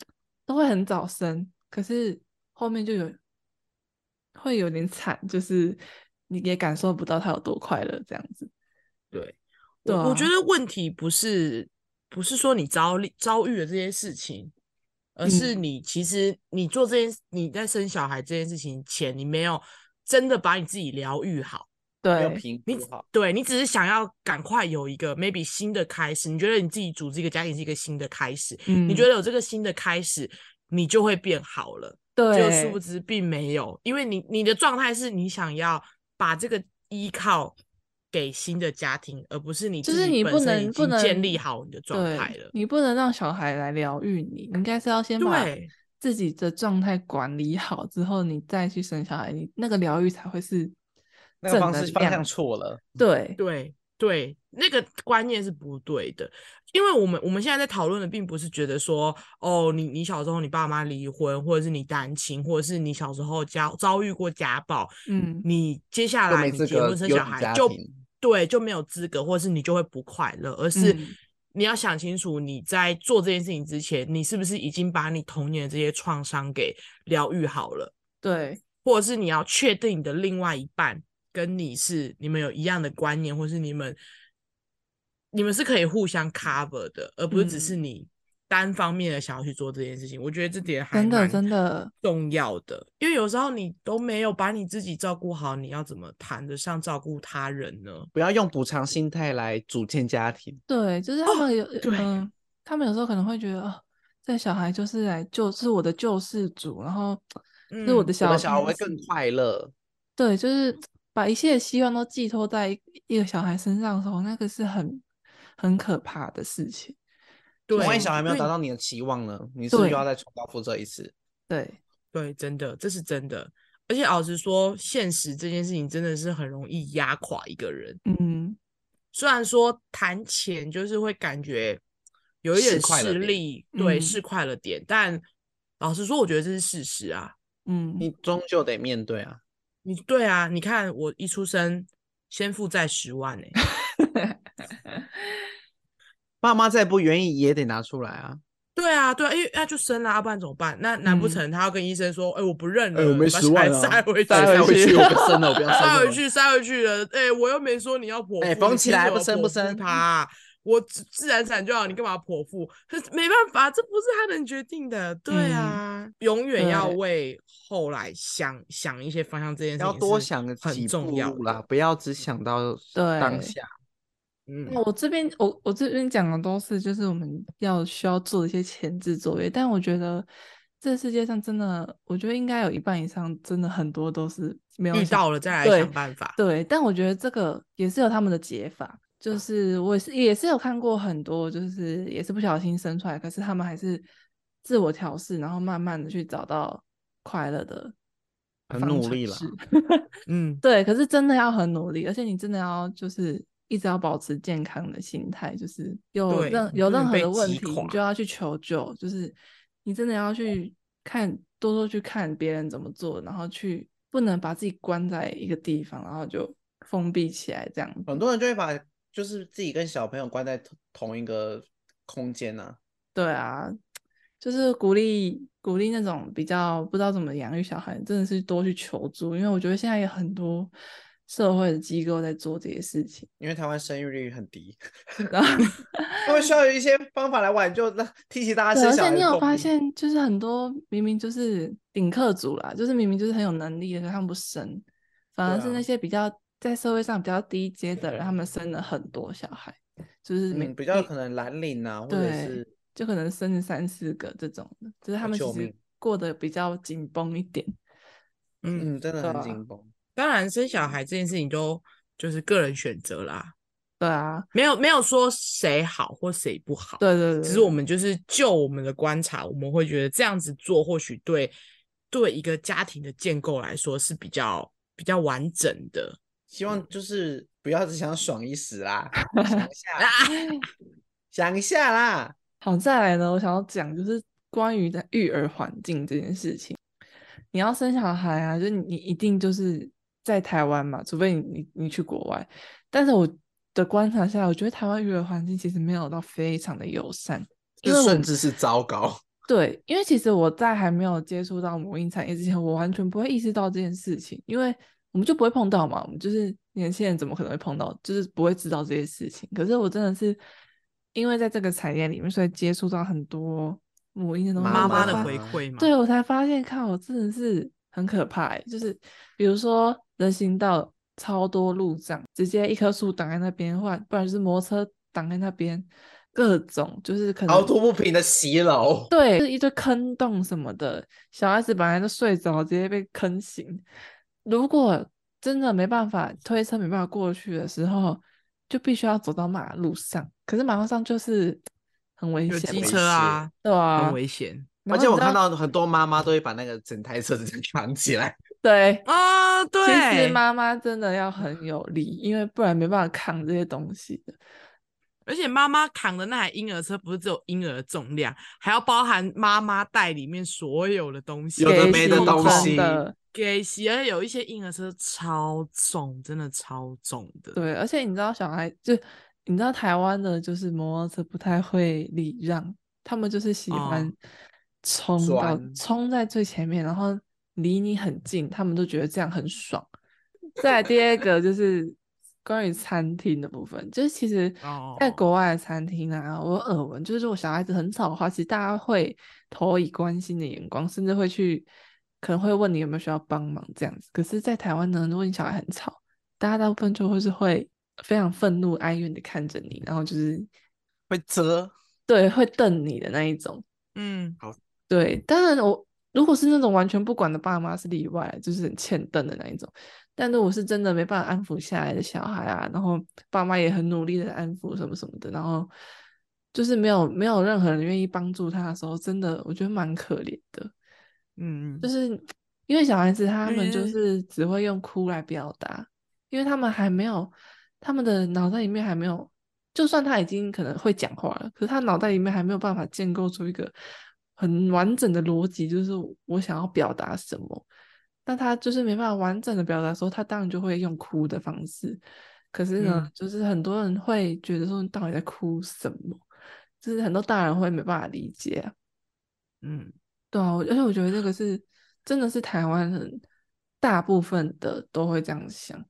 [SPEAKER 1] 都会很早生，可是后面就有会有点惨，就是你也感受不到他有多快乐这样子。
[SPEAKER 3] 对，
[SPEAKER 1] 对
[SPEAKER 3] 我我觉
[SPEAKER 1] 啊
[SPEAKER 3] 得问题不是不是说你遭历遭遇了这些事情，而是
[SPEAKER 1] 嗯
[SPEAKER 3] 你其实你做这件你在生小孩这件事情前，你没有真的把你自己疗愈好。
[SPEAKER 2] 没有
[SPEAKER 1] 对，
[SPEAKER 2] 评
[SPEAKER 3] 你
[SPEAKER 2] 估
[SPEAKER 3] 只
[SPEAKER 2] 好，
[SPEAKER 3] 对你只是想要赶快有一个 maybe 新的开始，你觉得你自己组织一个家庭是一个新的开始，
[SPEAKER 1] 嗯，
[SPEAKER 3] 你觉得有这个新的开始，你就会变好了。就殊
[SPEAKER 1] 对
[SPEAKER 3] 不，知并没有，因为你你的状态是你想要把这个依靠给新的家庭，而不是你
[SPEAKER 1] 就
[SPEAKER 3] 自
[SPEAKER 1] 是
[SPEAKER 3] 己
[SPEAKER 1] 你
[SPEAKER 3] 本
[SPEAKER 1] 不
[SPEAKER 3] 身已
[SPEAKER 1] 能不
[SPEAKER 3] 经建立
[SPEAKER 1] 能
[SPEAKER 3] 好你的状
[SPEAKER 1] 对
[SPEAKER 3] 态了。
[SPEAKER 1] 你不能让小孩来疗愈你，你应该是要先把
[SPEAKER 3] 对
[SPEAKER 1] 自己的状态管理好之后，你再去生小孩，你那个疗愈才会是
[SPEAKER 2] 那个
[SPEAKER 1] 正
[SPEAKER 2] 方
[SPEAKER 1] 能
[SPEAKER 2] 式方
[SPEAKER 1] 量
[SPEAKER 2] 向。错了。
[SPEAKER 1] 对，
[SPEAKER 3] 对对，那个观念是不对的，因为我们我们现在在讨论的，并不是觉得说，哦，你你小时候你爸妈离婚，或者是你单亲，或者是你小时候家遭遇过家暴，
[SPEAKER 1] 嗯，
[SPEAKER 3] 你接下
[SPEAKER 2] 就
[SPEAKER 3] 来
[SPEAKER 2] 没
[SPEAKER 3] 你
[SPEAKER 2] 资
[SPEAKER 3] 结
[SPEAKER 2] 格
[SPEAKER 3] 婚生
[SPEAKER 2] 有
[SPEAKER 3] 小
[SPEAKER 2] 你
[SPEAKER 3] 孩
[SPEAKER 2] 家
[SPEAKER 3] 就
[SPEAKER 2] 庭
[SPEAKER 3] 对就没有资格，或者是你就会不快乐，而是
[SPEAKER 1] 嗯
[SPEAKER 3] 你要想清楚，你在做这件事情之前，你是不是已经把你童年的这些创伤给疗愈好了。
[SPEAKER 1] 对，
[SPEAKER 3] 或者是你要确定你的另外一半跟你是你们有一样的观念，或是你们你们是可以互相 cover 的，而不是只是
[SPEAKER 1] 嗯
[SPEAKER 3] 你单方面的想要去做这件事情。我觉得这点还
[SPEAKER 1] 真的
[SPEAKER 3] 蛮
[SPEAKER 1] 真的
[SPEAKER 3] 重要的，因为有时候你都没有把你自己照顾好，你要怎么谈得上照顾他人呢？
[SPEAKER 2] 不要用补偿心态来组建家庭。
[SPEAKER 1] 对，就是他们有
[SPEAKER 3] 对
[SPEAKER 1] 嗯，他们有时候可能会觉得哦，这小孩就是来救，是我的救世主，然后是我的
[SPEAKER 2] 我
[SPEAKER 3] 嗯
[SPEAKER 1] 小
[SPEAKER 2] 的小孩会
[SPEAKER 1] 天
[SPEAKER 2] 更
[SPEAKER 1] 使
[SPEAKER 2] 快乐，
[SPEAKER 1] 对，就是把一切的希望都寄托在一一个小孩身上的时候，那个是很很可怕的事情。
[SPEAKER 3] 对，
[SPEAKER 2] 万一小孩没有
[SPEAKER 3] 因为
[SPEAKER 2] 达到你的期望呢？你是不是
[SPEAKER 1] 对
[SPEAKER 2] 又要再重蹈覆辙一次？
[SPEAKER 1] 对，
[SPEAKER 3] 对，真的，这是真的。而且老实说，现实这件事情真的是很容易压垮一个人。
[SPEAKER 1] 嗯，
[SPEAKER 3] 虽然说谈钱就是会感觉有一
[SPEAKER 2] 是
[SPEAKER 3] 点
[SPEAKER 2] 快乐
[SPEAKER 3] 势
[SPEAKER 2] 点
[SPEAKER 3] 利，对，
[SPEAKER 1] 嗯
[SPEAKER 3] 是快了点，但老实说，我觉得这是事实啊。
[SPEAKER 1] 嗯，
[SPEAKER 2] 你终究得面对啊。
[SPEAKER 3] 你对啊，你看我一出生先负债十 万呢、
[SPEAKER 2] 爸妈再不愿意也得拿出来啊！
[SPEAKER 3] 对啊，对啊，因为那就生啦、啊，不然怎么办？那难不
[SPEAKER 1] 嗯
[SPEAKER 3] 成他要跟医生说，哎、我不认了，
[SPEAKER 2] 哎我没
[SPEAKER 3] 把
[SPEAKER 2] 10
[SPEAKER 3] 小孩
[SPEAKER 2] 万啊
[SPEAKER 3] 塞回去，
[SPEAKER 1] 塞回去
[SPEAKER 2] 我不生了，我 不要生
[SPEAKER 3] 塞
[SPEAKER 2] 了
[SPEAKER 3] 回。去，塞回去了。哎、我又没说你要剖腹，
[SPEAKER 2] 哎
[SPEAKER 3] 你
[SPEAKER 2] 缝起
[SPEAKER 3] 凭
[SPEAKER 2] 来
[SPEAKER 3] 什
[SPEAKER 2] 不
[SPEAKER 3] 么
[SPEAKER 2] 生不
[SPEAKER 3] 剖腹
[SPEAKER 2] 生
[SPEAKER 3] 它啊我自自然产就好，你干嘛剖腹？可是没办法，这不是他能决定的。对啊，
[SPEAKER 2] 嗯
[SPEAKER 3] 永远要
[SPEAKER 1] 对
[SPEAKER 3] 为后来想想一些方向，这件事情
[SPEAKER 2] 要多
[SPEAKER 3] 是
[SPEAKER 2] 想
[SPEAKER 3] 很
[SPEAKER 2] 几
[SPEAKER 3] 重
[SPEAKER 2] 步
[SPEAKER 3] 要
[SPEAKER 2] 路
[SPEAKER 3] 的
[SPEAKER 2] 啦，。不要只想到当
[SPEAKER 1] 对
[SPEAKER 2] 下。
[SPEAKER 3] 嗯，
[SPEAKER 1] 那哦我这边我我这边讲的都是就是我们要需要做的一些前置作业，但我觉得这世界上真的，我觉得应该有一半以上真的很多都是没有
[SPEAKER 3] 遇
[SPEAKER 1] 想
[SPEAKER 3] 到了再来
[SPEAKER 1] 对
[SPEAKER 3] 想办法。
[SPEAKER 1] 对，但我觉得这个也是有他们的解法，
[SPEAKER 2] 嗯
[SPEAKER 1] 就是我也是也是有看过很多，就是也是不小心生出来，可是他们还是自我调试，然后慢慢的去找到快乐的
[SPEAKER 2] 很
[SPEAKER 1] 方
[SPEAKER 2] 努
[SPEAKER 1] 程
[SPEAKER 2] 力啦
[SPEAKER 1] 式
[SPEAKER 3] 嗯，
[SPEAKER 1] 对，可是真的要很努力，而且你真的要就是一直要保持健康的心态，就是有
[SPEAKER 3] 对
[SPEAKER 1] 任
[SPEAKER 3] 你
[SPEAKER 1] 有
[SPEAKER 3] 不能
[SPEAKER 1] 任何
[SPEAKER 3] 被
[SPEAKER 1] 的问
[SPEAKER 3] 击
[SPEAKER 1] 题，你
[SPEAKER 3] 垮
[SPEAKER 1] 就要去求救，就是你真的要去看多多去看别人怎么做，然后去不能把自己关在一个地方，然后就封闭起来这样子。
[SPEAKER 2] 很多人就会把就是自己跟小朋友关在同同一个空间呐、啊。
[SPEAKER 1] 对啊，就是鼓励鼓励那种比较不知道怎么养育小孩，真的是多去求助，因为我觉得现在有很多社会的机构在做这些事情，
[SPEAKER 2] 因为台湾生育率很低，
[SPEAKER 1] 然后。
[SPEAKER 2] 他们需要有一些方法来挽救那提起大家
[SPEAKER 1] 对，啊
[SPEAKER 2] 生
[SPEAKER 1] 而
[SPEAKER 2] 小
[SPEAKER 1] 且
[SPEAKER 2] 孩
[SPEAKER 1] 你
[SPEAKER 2] 的
[SPEAKER 1] 有
[SPEAKER 2] 动
[SPEAKER 1] 发
[SPEAKER 2] 力
[SPEAKER 1] 现，就是很多明明就是顶客族啦，就是明明就是很有能力的，可他们不生，反而
[SPEAKER 2] 对
[SPEAKER 1] 是
[SPEAKER 2] 啊
[SPEAKER 1] 那些比较在社会上比较低阶的人，他们生了很多小孩，就是每、
[SPEAKER 2] 嗯，比较有可能蓝领啊，或者
[SPEAKER 1] 对
[SPEAKER 2] 是
[SPEAKER 1] 就可能生了三四个这种的，就是他
[SPEAKER 2] 哦
[SPEAKER 1] 们
[SPEAKER 2] 救
[SPEAKER 1] 其实
[SPEAKER 2] 命
[SPEAKER 1] 过得比较紧绷一点。
[SPEAKER 3] 嗯
[SPEAKER 2] 嗯，真的
[SPEAKER 1] 对
[SPEAKER 2] 很
[SPEAKER 1] 啊
[SPEAKER 2] 紧绷。
[SPEAKER 3] 当然生小孩这件事情都就是个人选择啦，
[SPEAKER 1] 对啊，
[SPEAKER 3] 没有没有说谁好或谁不好。
[SPEAKER 1] 对对对，
[SPEAKER 3] 只是我们就是就我们的观察，我们会觉得这样子做或许对对一个家庭的建构来说是比较比较完整的。
[SPEAKER 2] 希
[SPEAKER 1] 嗯
[SPEAKER 2] 望就是不要只想爽一时啦， 想一
[SPEAKER 3] 啊
[SPEAKER 2] 下，想一下啦。
[SPEAKER 1] 好，再来呢，我想要讲就是关于的育儿环境这件事情。你要生小孩啊，就是你你一定就是在台湾嘛，除非你你你去国外。但是我的观察下来，我觉得台湾育儿环境其实没有到非常的友善，因为
[SPEAKER 2] 这
[SPEAKER 1] 我
[SPEAKER 2] 甚至是糟糕。
[SPEAKER 1] 对，因为其实我在还没有接触到母婴产业之前，我完全不会意识到这件事情，因为我们就不会碰到嘛，我们就是年轻人怎么可能会碰到，就是不会知道这些事情。可是我真的是因为在这个产业里面，所以接触到很多母婴的东西，
[SPEAKER 3] 妈
[SPEAKER 1] 我
[SPEAKER 3] 妈
[SPEAKER 1] 才
[SPEAKER 3] 的
[SPEAKER 1] 发
[SPEAKER 3] 回馈嘛，
[SPEAKER 1] 对我才发现，看我真的是很可怕欸、就是比如说人行道超多路障，直接一棵树挡在那边，或不然就是摩托车挡在那边，各种就是可能
[SPEAKER 2] 凹凸不平的骑楼，
[SPEAKER 1] 对，就是一堆坑洞什么的，小孩子本来就睡着，直接被坑醒。如果真的没办法推车没办法过去的时候，就必须要走到马路上。可是马路上就是很危
[SPEAKER 3] 有
[SPEAKER 1] 险
[SPEAKER 3] 机
[SPEAKER 1] 嘛，
[SPEAKER 2] 危
[SPEAKER 3] 车啊，
[SPEAKER 1] 对啊
[SPEAKER 3] 很。危险。
[SPEAKER 1] 然
[SPEAKER 2] 而
[SPEAKER 1] 后
[SPEAKER 2] 且
[SPEAKER 1] 你
[SPEAKER 2] 我
[SPEAKER 1] 知
[SPEAKER 2] 看
[SPEAKER 1] 道
[SPEAKER 2] 到很多妈妈都会把那个整台车子扛起来，
[SPEAKER 1] 对，
[SPEAKER 3] 啊、对，
[SPEAKER 1] 其实妈妈真的要很有力，因为不然没办法扛这些东西的。
[SPEAKER 3] 而且妈妈扛的那台婴儿车不是只有婴儿的重量，还要包含妈妈袋里面所有的东西，
[SPEAKER 2] 有的
[SPEAKER 1] 给
[SPEAKER 2] 没的
[SPEAKER 1] 心
[SPEAKER 2] 东
[SPEAKER 1] 真
[SPEAKER 2] 西
[SPEAKER 1] 的
[SPEAKER 3] 给洗，而且有一些婴儿车超重，真的超重的。，
[SPEAKER 1] 对，而且你知道小孩就你知道台湾的，就是摩托车不太会礼让，他们就是喜欢
[SPEAKER 3] 哦
[SPEAKER 1] 冲到
[SPEAKER 2] 钻
[SPEAKER 1] 冲在最前面，然后离你很近，他们都觉得这样很爽。再来第二个就是关于餐厅的部分，就是其实在
[SPEAKER 3] 哦
[SPEAKER 1] 国外的餐厅啊，我耳闻就是如果小孩子很吵的话，其实大家会投以关心的眼光，甚至会去可能会问你有没有需要帮忙这样子。可是，在台湾呢，如果你小孩很吵，大家大部分就会是会非常愤怒、哀怨的看着你，然后就是
[SPEAKER 2] 会遮，
[SPEAKER 1] 对会瞪你的那一种。
[SPEAKER 3] 嗯，
[SPEAKER 1] 对，当然我如果是那种完全不管的爸妈是例外，就是很欠瞪的那一种。但如果是真的没办法安抚下来的小孩啊，然后爸妈也很努力的安抚什么什么的，然后就是没有没有任何人愿意帮助他的时候，真的我觉得蛮可怜的。
[SPEAKER 3] 嗯嗯，
[SPEAKER 1] 就是因为小孩子他们就
[SPEAKER 3] 嗯
[SPEAKER 1] 是只会用哭来表达，因为他们还没有他们的脑袋里面还没有，就算他已经可能会讲话了，可是他脑袋里面还没有办法建构出一个很完整的逻辑，就是我想要表达什么。那他就是没办法完整的表达的时候，他当然就会用哭的方式。可是呢，
[SPEAKER 3] 嗯
[SPEAKER 1] 就是很多人会觉得说，你到底在哭什么？就是很多大人会没办法理解啊、
[SPEAKER 3] 嗯，
[SPEAKER 1] 对啊，我而且我觉得这个是真的是台湾人大部分的都会这样想，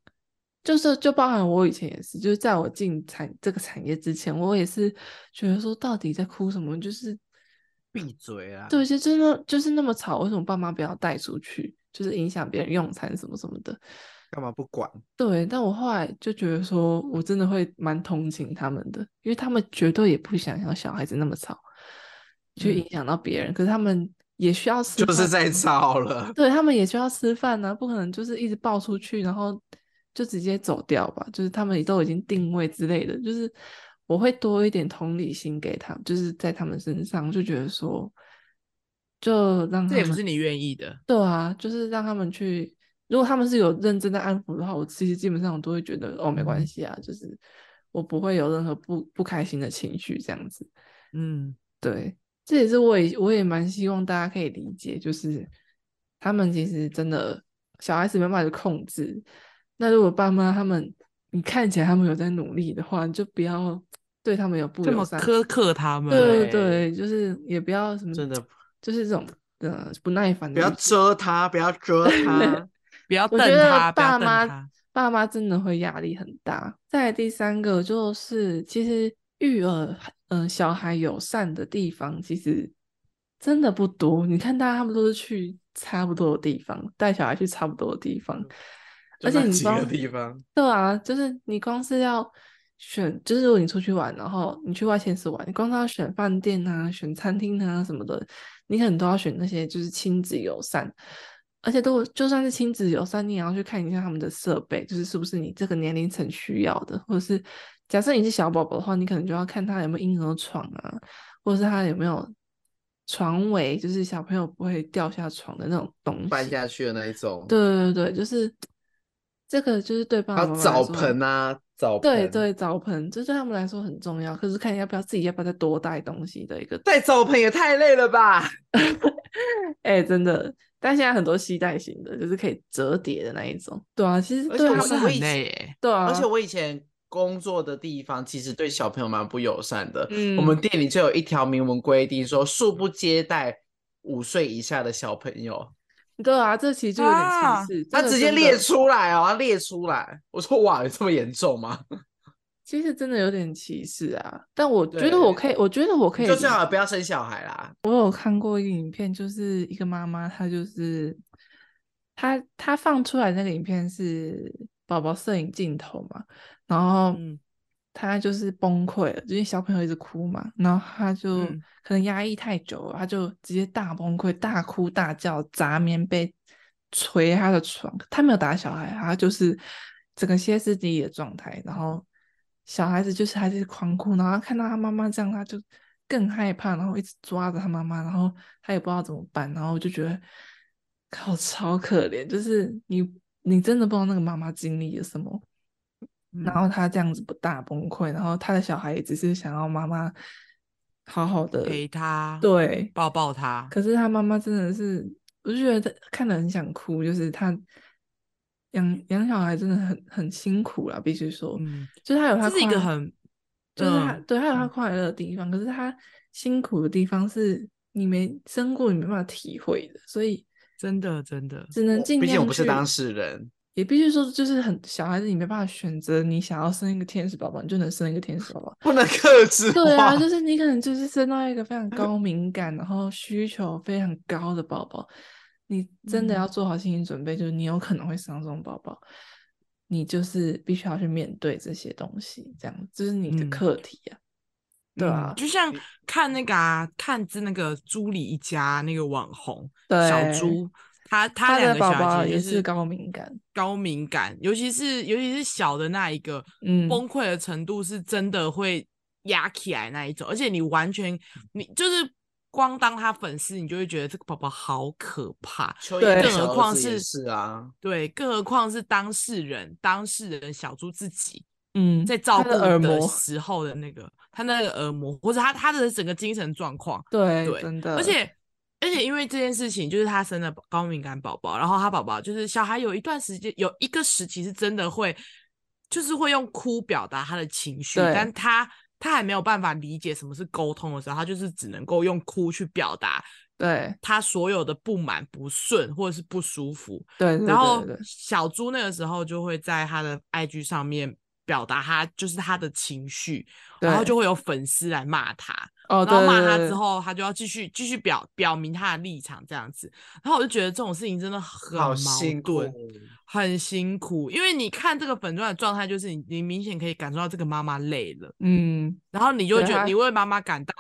[SPEAKER 1] 就是就包含我以前也是，就是在我进产这个产业之前，我也是觉得说到底在哭什么，就是
[SPEAKER 2] 闭嘴啊！
[SPEAKER 1] 对，就真的就是那么吵，为什么爸妈不要带出去，就是影响别人用餐什么什么的。
[SPEAKER 2] 干嘛不管？
[SPEAKER 1] 对，但我后来就觉得说，我真的会蛮同情他们的，因为他们绝对也不想要小孩子那么吵，去
[SPEAKER 3] 嗯
[SPEAKER 1] 影响到别人，可是他们也需要吃
[SPEAKER 2] 就是
[SPEAKER 1] 饭
[SPEAKER 2] 在 吵了，
[SPEAKER 1] 对他们也需要吃饭呢、不可能就是一直抱出去，然后就直接走掉吧。就是他们都已经定位之类的，就是我会多一点同理心给他们，就是在他们身上就觉得说，就让
[SPEAKER 3] 这
[SPEAKER 1] 他
[SPEAKER 3] 也
[SPEAKER 1] 们
[SPEAKER 3] 嗯不是你愿意的。
[SPEAKER 1] 对啊，就是让他们去。如果他们是有认真的安抚的话，我其实基本上我都会觉得哦，没
[SPEAKER 3] 嗯
[SPEAKER 1] 关系啊，就是我不会有任何不不开心的情绪这样子。
[SPEAKER 3] 嗯，
[SPEAKER 1] 对，这也是我也我也蛮希望大家可以理解，就是他们其实真的小孩子没办法去控制。那如果爸妈他们，你看起来他们有在努力的话，你就不要对他们有不
[SPEAKER 3] 这么
[SPEAKER 1] 友善。
[SPEAKER 3] 苛刻他们，
[SPEAKER 1] 对对
[SPEAKER 2] 对
[SPEAKER 1] 对，就是也不要什么，
[SPEAKER 2] 真的
[SPEAKER 1] 就是这种呃不耐烦
[SPEAKER 2] 不
[SPEAKER 1] 的
[SPEAKER 2] 要
[SPEAKER 1] 意思。
[SPEAKER 2] 遮他，不要遮 他。
[SPEAKER 3] 不要
[SPEAKER 1] 我
[SPEAKER 3] 瞪
[SPEAKER 1] 觉得
[SPEAKER 3] 他，不要
[SPEAKER 1] 爸
[SPEAKER 3] 瞪
[SPEAKER 1] 妈
[SPEAKER 3] 他。
[SPEAKER 1] 爸妈真的会压力很大。再来第三个就是，其实育儿，嗯、小孩友善的地方其实真的不多。你看，大家他们都是去差不多的地方，带小孩去差不多的地
[SPEAKER 3] 嗯
[SPEAKER 1] 方，
[SPEAKER 2] 就
[SPEAKER 1] 而且
[SPEAKER 2] 那
[SPEAKER 1] 你
[SPEAKER 2] 几个
[SPEAKER 1] 光
[SPEAKER 2] 地方，
[SPEAKER 1] 对啊，就是你光是要选，就是如果你出去玩，然后你去外县市玩，你光是要选饭店啊、选餐厅啊什么的，你可能都要选那些就是亲子友善，而且都就算是亲子友善，你也要去看一下他们的设备，就是是不是你这个年龄层需要的，或者是假设你是小宝宝的话，你可能就要看他有没有婴儿床啊，或者是他有没有床围，就是小朋友不会掉下床的那种东
[SPEAKER 2] 搬
[SPEAKER 1] 西。
[SPEAKER 2] 下去的那一种，
[SPEAKER 1] 对对对，就是这个，就是对爸
[SPEAKER 2] 还
[SPEAKER 1] 爸
[SPEAKER 2] 有
[SPEAKER 1] 妈妈来
[SPEAKER 2] 澡
[SPEAKER 1] 说
[SPEAKER 2] 盆啊，澡盆，
[SPEAKER 1] 对对，澡盆，这对他们来说很重要。可是看要不要自己要不要再多带东西的一个，
[SPEAKER 2] 带澡盆也太累了吧？
[SPEAKER 1] 哎、真的。但现在很多吸带型的，就是可以折叠的那一种。对啊，其实
[SPEAKER 2] 而
[SPEAKER 1] 对
[SPEAKER 2] 且
[SPEAKER 1] 他们
[SPEAKER 2] 我
[SPEAKER 3] 不是
[SPEAKER 2] 我
[SPEAKER 3] 很
[SPEAKER 2] 以前
[SPEAKER 3] 累耶，
[SPEAKER 1] 对啊，
[SPEAKER 2] 而且我以前工作的地方其实对小朋友蛮不友善的。
[SPEAKER 1] 嗯，
[SPEAKER 2] 我们店里就有一条明文规定说，恕不接待五岁以下的小朋友。
[SPEAKER 1] 对啊，这其实就有点歧
[SPEAKER 3] 啊
[SPEAKER 1] 视。这
[SPEAKER 2] 他
[SPEAKER 1] 个
[SPEAKER 2] 直接
[SPEAKER 1] 真的
[SPEAKER 2] 列出来哦，他列出来。我说哇，有这么严重吗？
[SPEAKER 1] 其实真的有点歧视啊。但我觉得我
[SPEAKER 2] 对
[SPEAKER 1] 可以，我觉得我可以
[SPEAKER 2] 就
[SPEAKER 1] 理
[SPEAKER 2] 最好不要生小孩啦。
[SPEAKER 1] 我有看过一个影片，就是一个妈妈，她就是她她放出来那个影片是宝宝摄影镜头嘛，然后
[SPEAKER 3] 嗯
[SPEAKER 1] 她就是崩溃了，因为小朋友一直哭嘛，然后她就
[SPEAKER 3] 嗯
[SPEAKER 1] 可能压抑太久了，她就直接大崩溃、大哭大叫，砸棉被、捶她的床。她没有打小孩，啊她就是整个歇斯底里的状态，然后小孩子就是还是狂哭，然后看到他妈妈这样，他就更害怕，然后一直抓着他妈妈，然后他也不知道怎么办，然后我就觉得靠，超可怜，就是你你真的不知道那个妈妈经历了什么，然
[SPEAKER 3] 嗯
[SPEAKER 1] 后她这样子不大崩溃，然后她的小孩也只是想要妈妈好好的
[SPEAKER 3] 陪他，，
[SPEAKER 1] 对，
[SPEAKER 3] 抱抱他，
[SPEAKER 1] 可是他妈妈真的是，我就觉得看得很想哭，就是他养养小孩真的很很辛苦啦，必须说，
[SPEAKER 3] 嗯，
[SPEAKER 1] 就是他有他
[SPEAKER 3] 这是一
[SPEAKER 1] 快
[SPEAKER 3] 个很，
[SPEAKER 1] 就是他、
[SPEAKER 3] 嗯
[SPEAKER 1] 对他有他
[SPEAKER 3] 嗯
[SPEAKER 1] 快乐的地方，可是他辛苦的地方是你没生过，你没办法体会的，所以
[SPEAKER 3] 真的真的，
[SPEAKER 1] 只能尽
[SPEAKER 2] 毕竟我
[SPEAKER 1] 量
[SPEAKER 2] 不是
[SPEAKER 1] 去
[SPEAKER 2] 当事人，
[SPEAKER 1] 也必须说，就是很小孩子你没办法选择，你想要生一个天使宝宝，你就能生一个天使宝宝。
[SPEAKER 2] 不能克 制
[SPEAKER 1] 对啊，
[SPEAKER 2] 化
[SPEAKER 1] 就是你可能就是生到一个非常
[SPEAKER 3] 嗯
[SPEAKER 1] 高敏感，然后需求非常高的宝宝，你真
[SPEAKER 3] 嗯
[SPEAKER 1] 的要做好心理准备，就是你有可能会生到这种宝宝，你就是必须要去面对这些东西，这样这是你的
[SPEAKER 3] 嗯
[SPEAKER 1] 课题啊。对啊
[SPEAKER 3] 嗯，就像看那个啊，看之那个朱莉一家那个网红
[SPEAKER 1] 对，
[SPEAKER 3] 小朱，他
[SPEAKER 1] 他
[SPEAKER 3] 两
[SPEAKER 1] 的
[SPEAKER 3] 个
[SPEAKER 1] 宝
[SPEAKER 3] 小
[SPEAKER 1] 宝
[SPEAKER 3] 孩其
[SPEAKER 1] 也
[SPEAKER 3] 实就是
[SPEAKER 1] 高敏感，
[SPEAKER 3] 高敏感，尤其是尤其是小的那一个，
[SPEAKER 1] 嗯
[SPEAKER 3] 崩溃的程度是真的会压起来那一种，而且你完全你就是光当他粉丝，你就会觉得这个宝宝好可怕。
[SPEAKER 2] 邱
[SPEAKER 1] 对
[SPEAKER 2] 莹
[SPEAKER 1] 更
[SPEAKER 2] 小
[SPEAKER 3] 何
[SPEAKER 2] 儿
[SPEAKER 3] 况
[SPEAKER 2] 子也
[SPEAKER 3] 是
[SPEAKER 2] 是啊，
[SPEAKER 3] 对，更何况是当事人，当事人小猪自己
[SPEAKER 1] 嗯，
[SPEAKER 3] 在照
[SPEAKER 1] 他
[SPEAKER 3] 顾
[SPEAKER 1] 的耳
[SPEAKER 3] 的
[SPEAKER 1] 膜，
[SPEAKER 3] 时候的那个他那个耳膜，或者他他的整个精神状况，
[SPEAKER 1] 对，
[SPEAKER 3] 对
[SPEAKER 1] 真的，
[SPEAKER 3] 而且而且因为这件事情，就是他生了高敏感宝宝，然后他宝宝就是小孩有一段时间有一个时期是真的会，就是会用哭表达他的情绪，
[SPEAKER 1] 对
[SPEAKER 3] 但他他还没有办法理解什么是沟通的时候，他就是只能够用哭去表达
[SPEAKER 1] 对
[SPEAKER 3] 他所有的不满、不顺或者是不舒服。
[SPEAKER 1] 对，对
[SPEAKER 3] 然后
[SPEAKER 1] 对对
[SPEAKER 3] 小猪那个时候就会在他的 IG 上面表达他就是他的情绪，然后
[SPEAKER 1] 对
[SPEAKER 3] 就会有粉丝来骂他。
[SPEAKER 1] 哦，
[SPEAKER 3] 然后
[SPEAKER 1] 对
[SPEAKER 3] 骂他
[SPEAKER 1] 对
[SPEAKER 3] 之
[SPEAKER 1] 对
[SPEAKER 3] 后，他就要继续继续表表明他的立场这样子。然后我就觉得这种事情真的很
[SPEAKER 2] 好
[SPEAKER 3] 矛
[SPEAKER 2] 辛苦
[SPEAKER 3] 盾，，很辛苦。因为你看这个粉钻的状态，就是你你明显可以感受到这个妈妈累了，
[SPEAKER 1] 嗯，
[SPEAKER 3] 然后你就会
[SPEAKER 1] 对
[SPEAKER 3] 觉得
[SPEAKER 1] 她
[SPEAKER 3] 你为妈妈感到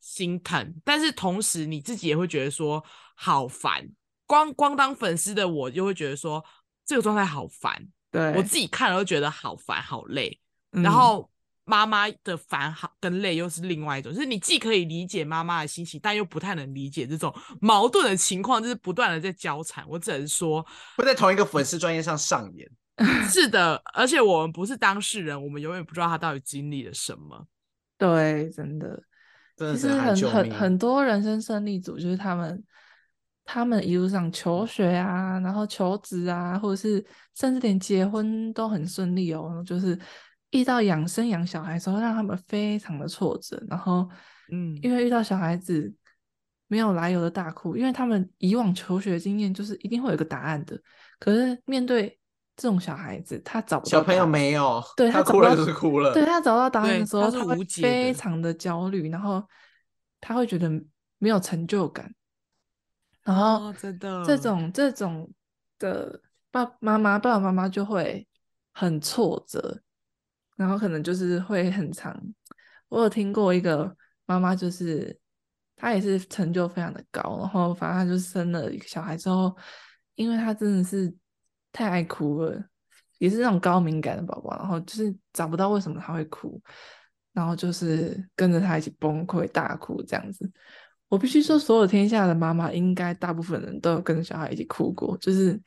[SPEAKER 3] 心疼，但是同时你自己也会觉得说好烦。光光当粉丝的我就会觉得说这个状态好烦，
[SPEAKER 1] 对，
[SPEAKER 3] 我自己看了都觉得好烦好累。
[SPEAKER 1] 嗯
[SPEAKER 3] 然后妈妈的烦好跟累又是另外一种，就是你既可以理解妈妈的心情，但又不太能理解这种矛盾的情况，就是不断的在交缠。我只能说，
[SPEAKER 2] 会在同一个粉丝专业上上演。
[SPEAKER 3] 是的，而且我们不是当事人，我们永远不知道他到底经历了什么。
[SPEAKER 1] 对，真的，
[SPEAKER 2] 真的
[SPEAKER 1] 其
[SPEAKER 2] 是
[SPEAKER 1] 实
[SPEAKER 2] 喊
[SPEAKER 1] 很
[SPEAKER 2] 救
[SPEAKER 1] 很
[SPEAKER 2] 命
[SPEAKER 1] 很多人生胜利组，就是他们他们一路上求学啊，然后求职啊，或者是甚至连结婚都很顺利哦，就是遇到养生养小孩的时候，让他们非常的挫折，然后
[SPEAKER 3] 嗯
[SPEAKER 1] 因为遇到小孩子没有来由的大哭，因为他们以往求学经验就是一定会有一个答案的，可是面对这种小孩子，他找不
[SPEAKER 2] 小
[SPEAKER 1] 到
[SPEAKER 2] 朋
[SPEAKER 1] 答
[SPEAKER 2] 友
[SPEAKER 1] 案
[SPEAKER 2] 没有，
[SPEAKER 1] 对
[SPEAKER 2] 他
[SPEAKER 1] 他找
[SPEAKER 2] 哭
[SPEAKER 1] 不
[SPEAKER 2] 了
[SPEAKER 1] 到
[SPEAKER 2] 就是哭了，
[SPEAKER 1] 对他找到答案的
[SPEAKER 3] 对
[SPEAKER 1] 时候，
[SPEAKER 3] 他是
[SPEAKER 1] 会
[SPEAKER 3] 无解
[SPEAKER 1] 非
[SPEAKER 3] 的
[SPEAKER 1] 常的焦虑，然后他会觉得没有成就感，然后
[SPEAKER 3] 哦真的
[SPEAKER 1] 这种这种的爸妈妈爸爸妈妈就会很挫折，然后可能就是会很长。我有听过一个妈妈，就是她也是成就非常的高，然后反正她就生了一个小孩之后，因为她真的是太爱哭了，也是那种高敏感的宝宝，然后就是找不到为什么她会哭，然后就是跟着她一起崩溃大哭这样子。我必须说，所有天下的妈妈，应该大部分人都有跟小孩一起哭过，就是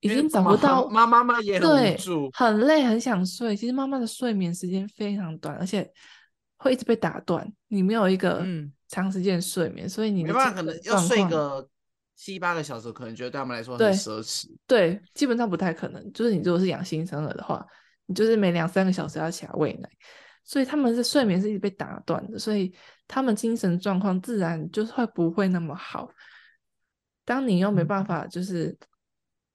[SPEAKER 1] 已
[SPEAKER 2] 因为
[SPEAKER 1] 经找
[SPEAKER 2] 妈
[SPEAKER 1] 不
[SPEAKER 2] 妈
[SPEAKER 1] 到
[SPEAKER 2] 妈妈妈也很无
[SPEAKER 1] 对
[SPEAKER 2] 助，
[SPEAKER 1] 很累，很想睡。其实妈妈的睡眠时间非常短，而且会一直被打断。你没有一个
[SPEAKER 3] 嗯
[SPEAKER 1] 长时间的睡眠，所以你
[SPEAKER 2] 没
[SPEAKER 1] 的
[SPEAKER 2] 办法，
[SPEAKER 1] 精
[SPEAKER 2] 可能
[SPEAKER 1] 神
[SPEAKER 2] 要
[SPEAKER 1] 状
[SPEAKER 2] 睡
[SPEAKER 1] 况
[SPEAKER 2] 个七八个小时，可能觉得对他们来说
[SPEAKER 1] 对
[SPEAKER 2] 很奢侈。
[SPEAKER 1] 对，基本上不太可能。就是你如果是养新生儿的话，你就是每两三个小时要起来喂奶，所以他们是睡眠是一直被打断的，所以他们精神状况自然就是会不会那么好。当你又没办法就是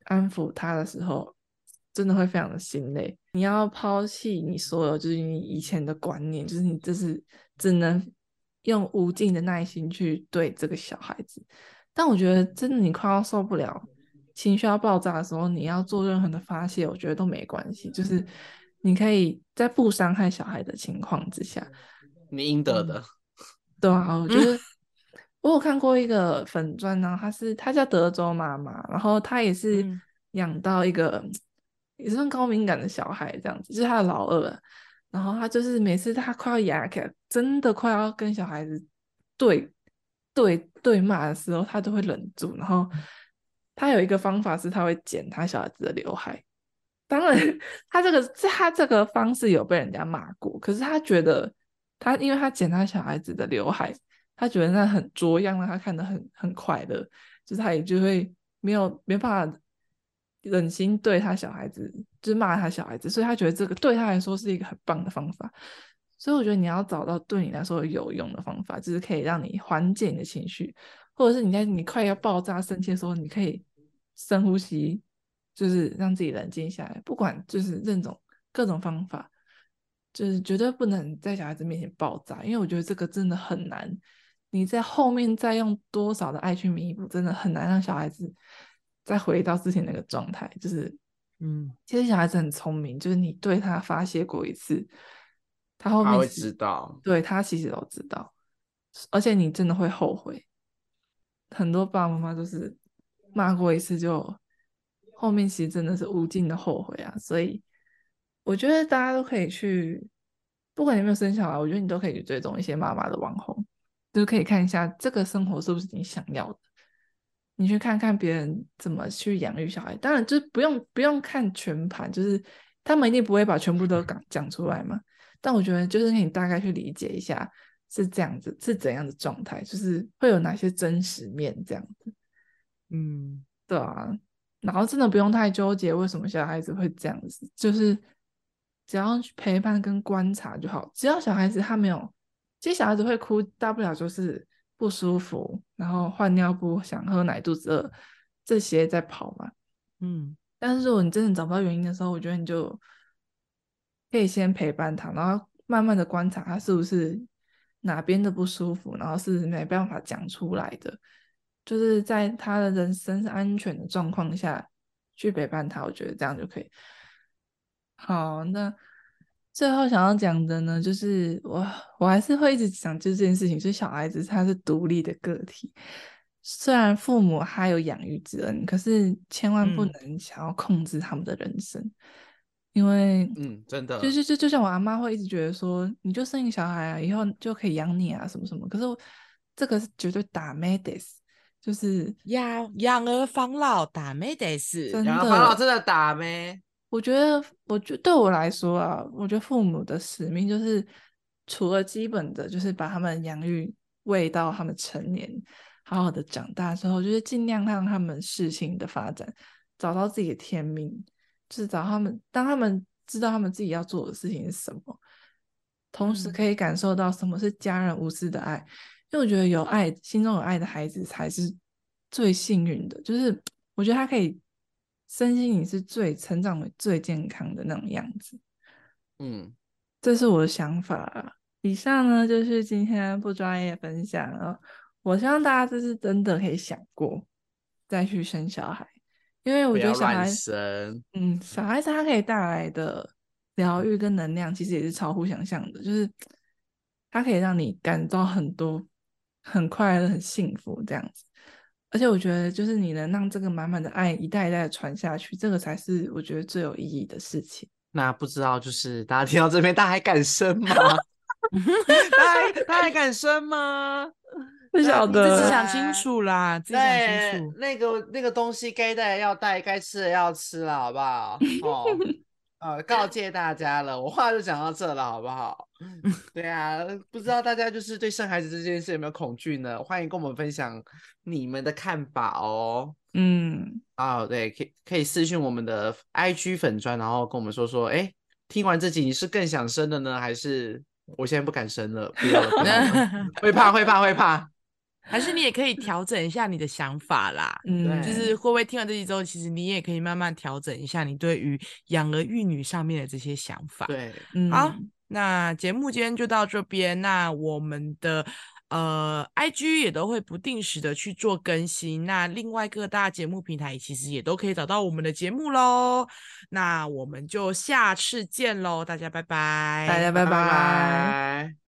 [SPEAKER 1] 安抚他的时候，真的会非常的心累。你要抛弃你所有就是你以前的观念，就是你这是只能用无尽的耐心去对这个小孩子。但我觉得真的你快要受不了，情绪要爆炸的时候，你要做任何的发泄，我觉得都没关系，就是你可以在不伤害小孩的情况之下，
[SPEAKER 2] 你应
[SPEAKER 1] 嗯
[SPEAKER 2] 得的，
[SPEAKER 1] 对啊，我觉得我有看过一个粉钻呢，她是她叫德州妈妈，然后她也是
[SPEAKER 3] 嗯
[SPEAKER 1] 养到一个也算高敏感的小孩，这样子，就是她的老二啊，然后她就是每次她快要牙起来，真的快要跟小孩子对对对骂的时候，他都会忍住。然后他有一个方法是，他会剪他小孩子的刘海。当然，他这个他这个方式有被人家骂过，可是他觉得他因为他剪他小孩子的刘海，他觉得那很捉样，让他看得很很快乐，就是他也就会没有没办法忍心对他小孩子，就是骂他小孩子，所以他觉得这个对他来说是一个很棒的方法。所以我觉得你要找到对你来说有用的方法，就是可以让你缓解你的情绪，或者是你在你快要爆炸生气的时候，你可以深呼吸，就是让自己冷静下来。不管就是那种各种方法，就是绝对不能在小孩子面前爆炸，因为我觉得这个真的很难。你在后面再用多少的爱去弥补，真的很难让小孩子再回到之前那个状态。就是
[SPEAKER 3] 嗯，
[SPEAKER 1] 其实小孩子很聪明，就是你对他发泄过一次，他后
[SPEAKER 2] 他
[SPEAKER 1] 面
[SPEAKER 2] 会
[SPEAKER 1] 其
[SPEAKER 2] 知道。
[SPEAKER 1] 对他其实都知道，而且你真的会后悔。很多爸爸妈妈都是骂过一次就，后面其实真的是无尽的后悔啊。所以我觉得大家都可以去，不管你有没有生小孩，我觉得你都可以去追踪一些妈妈的网红，就是可以看一下这个生活是不是你想要的。你去看看别人怎么去养育小孩，当然就是不用不用看全盘，就是他们一定不会把全部都讲讲出来嘛。但我觉得就是你大概去理解一下是这样子，是怎样的状态，就是会有哪些真实面这样子，
[SPEAKER 3] 嗯，
[SPEAKER 1] 对啊。然后真的不用太纠结为什么小孩子会这样子，就是只要去陪伴跟观察就好。只要小孩子他没有，其实小孩子会哭，大不了就是不舒服，然后换尿布、想喝奶、肚子饿这些在跑嘛。
[SPEAKER 3] 嗯，
[SPEAKER 1] 但是如果你真的找不到原因的时候，我觉得你就可以先陪伴他，然后慢慢的观察他是不是哪边的不舒服，然后是没办法讲出来的，就是在他的人身安全的状况下去陪伴他，我觉得这样就可以。好，那最后想要讲的呢，就是我我还是会一直讲就这件事情，就是小孩子他是独立的个体，虽然父母他有养育之恩，可是千万不
[SPEAKER 3] 嗯
[SPEAKER 1] 能想要控制他们的人生，因为
[SPEAKER 2] 嗯，真的，
[SPEAKER 1] 就是就就像我阿妈会一直觉得说，你就生一个小孩啊，以后就可以养你啊，什么什么。可是我这个是绝对打 m e d i s 就是
[SPEAKER 3] 要养儿防老，打妹得
[SPEAKER 1] 真
[SPEAKER 3] 是，
[SPEAKER 2] 然后
[SPEAKER 1] 的
[SPEAKER 2] 方老真的打没？
[SPEAKER 1] 我觉得，我觉对我来说啊，我觉得父母的使命就是，除了基本的，就是把他们养育喂到他们成年，好好的长大之后，就是尽量让他们适性的发展，找到自己的天命，就是找他们，当他们知道他们自己要做的事情是什么，同时
[SPEAKER 3] 嗯
[SPEAKER 1] 可以感受到什么是家人无私的爱，因为我觉得有爱，心中有爱的孩子才是最幸运的。就是我觉得他可以身心你是最成长为最健康的那种样子，
[SPEAKER 2] 嗯，
[SPEAKER 1] 这是我的想法啊。以上呢就是今天不专业的分享了。我希望大家这是真的可以想过再去生小孩，因为我
[SPEAKER 2] 不
[SPEAKER 1] 觉得
[SPEAKER 2] 要
[SPEAKER 1] 小孩
[SPEAKER 2] 乱，生。
[SPEAKER 1] 嗯，小孩子他可以带来的疗愈跟能量，其实也是超乎想象的，就是他可以让你感到很多很快乐、很幸福这样子。而且我觉得，就是你能让这个满满的爱一代一代的传下去，这个才是我觉得最有意义的事情。
[SPEAKER 2] 那不知道就是大家听到这边，大家还敢生吗？ 大家还大家还敢生吗？
[SPEAKER 1] 不晓
[SPEAKER 2] 你
[SPEAKER 3] 自己
[SPEAKER 2] 对
[SPEAKER 1] 得，
[SPEAKER 3] 想清楚啦，自己想
[SPEAKER 2] 对
[SPEAKER 3] 清，楚。
[SPEAKER 2] 那个那个东西该带的要带，该吃的要吃了，好不好？ 哦，呃，告诫大家了，我话就讲到这了，好不 好？对啊，不知道大家就是对生孩子这件事有没有恐惧呢？欢迎跟我们分享你们的看法哦。
[SPEAKER 1] 嗯，
[SPEAKER 2] 啊，对，可以可以私信我们的 IG 粉砖，然后跟我们说说，哎，听完这集你是更想生的呢，还是我现在不敢生了，不要了，不要 了 会怕，会怕，会怕。
[SPEAKER 3] 还是你也可以调整一下你的想法啦，
[SPEAKER 1] 嗯，
[SPEAKER 2] 对
[SPEAKER 3] 就是会不会听完这集之后，其实你也可以慢慢调整一下你对于养儿育女上面的这些想法。
[SPEAKER 2] 对，
[SPEAKER 1] 嗯
[SPEAKER 3] 好，那节目今天就到这边。那我们的呃，IG 也都会不定时的去做更新。那另外各大节目平台其实也都可以找到我们的节目喽。那我们就下次见喽，大家拜拜，
[SPEAKER 1] 大家拜拜。
[SPEAKER 2] 拜。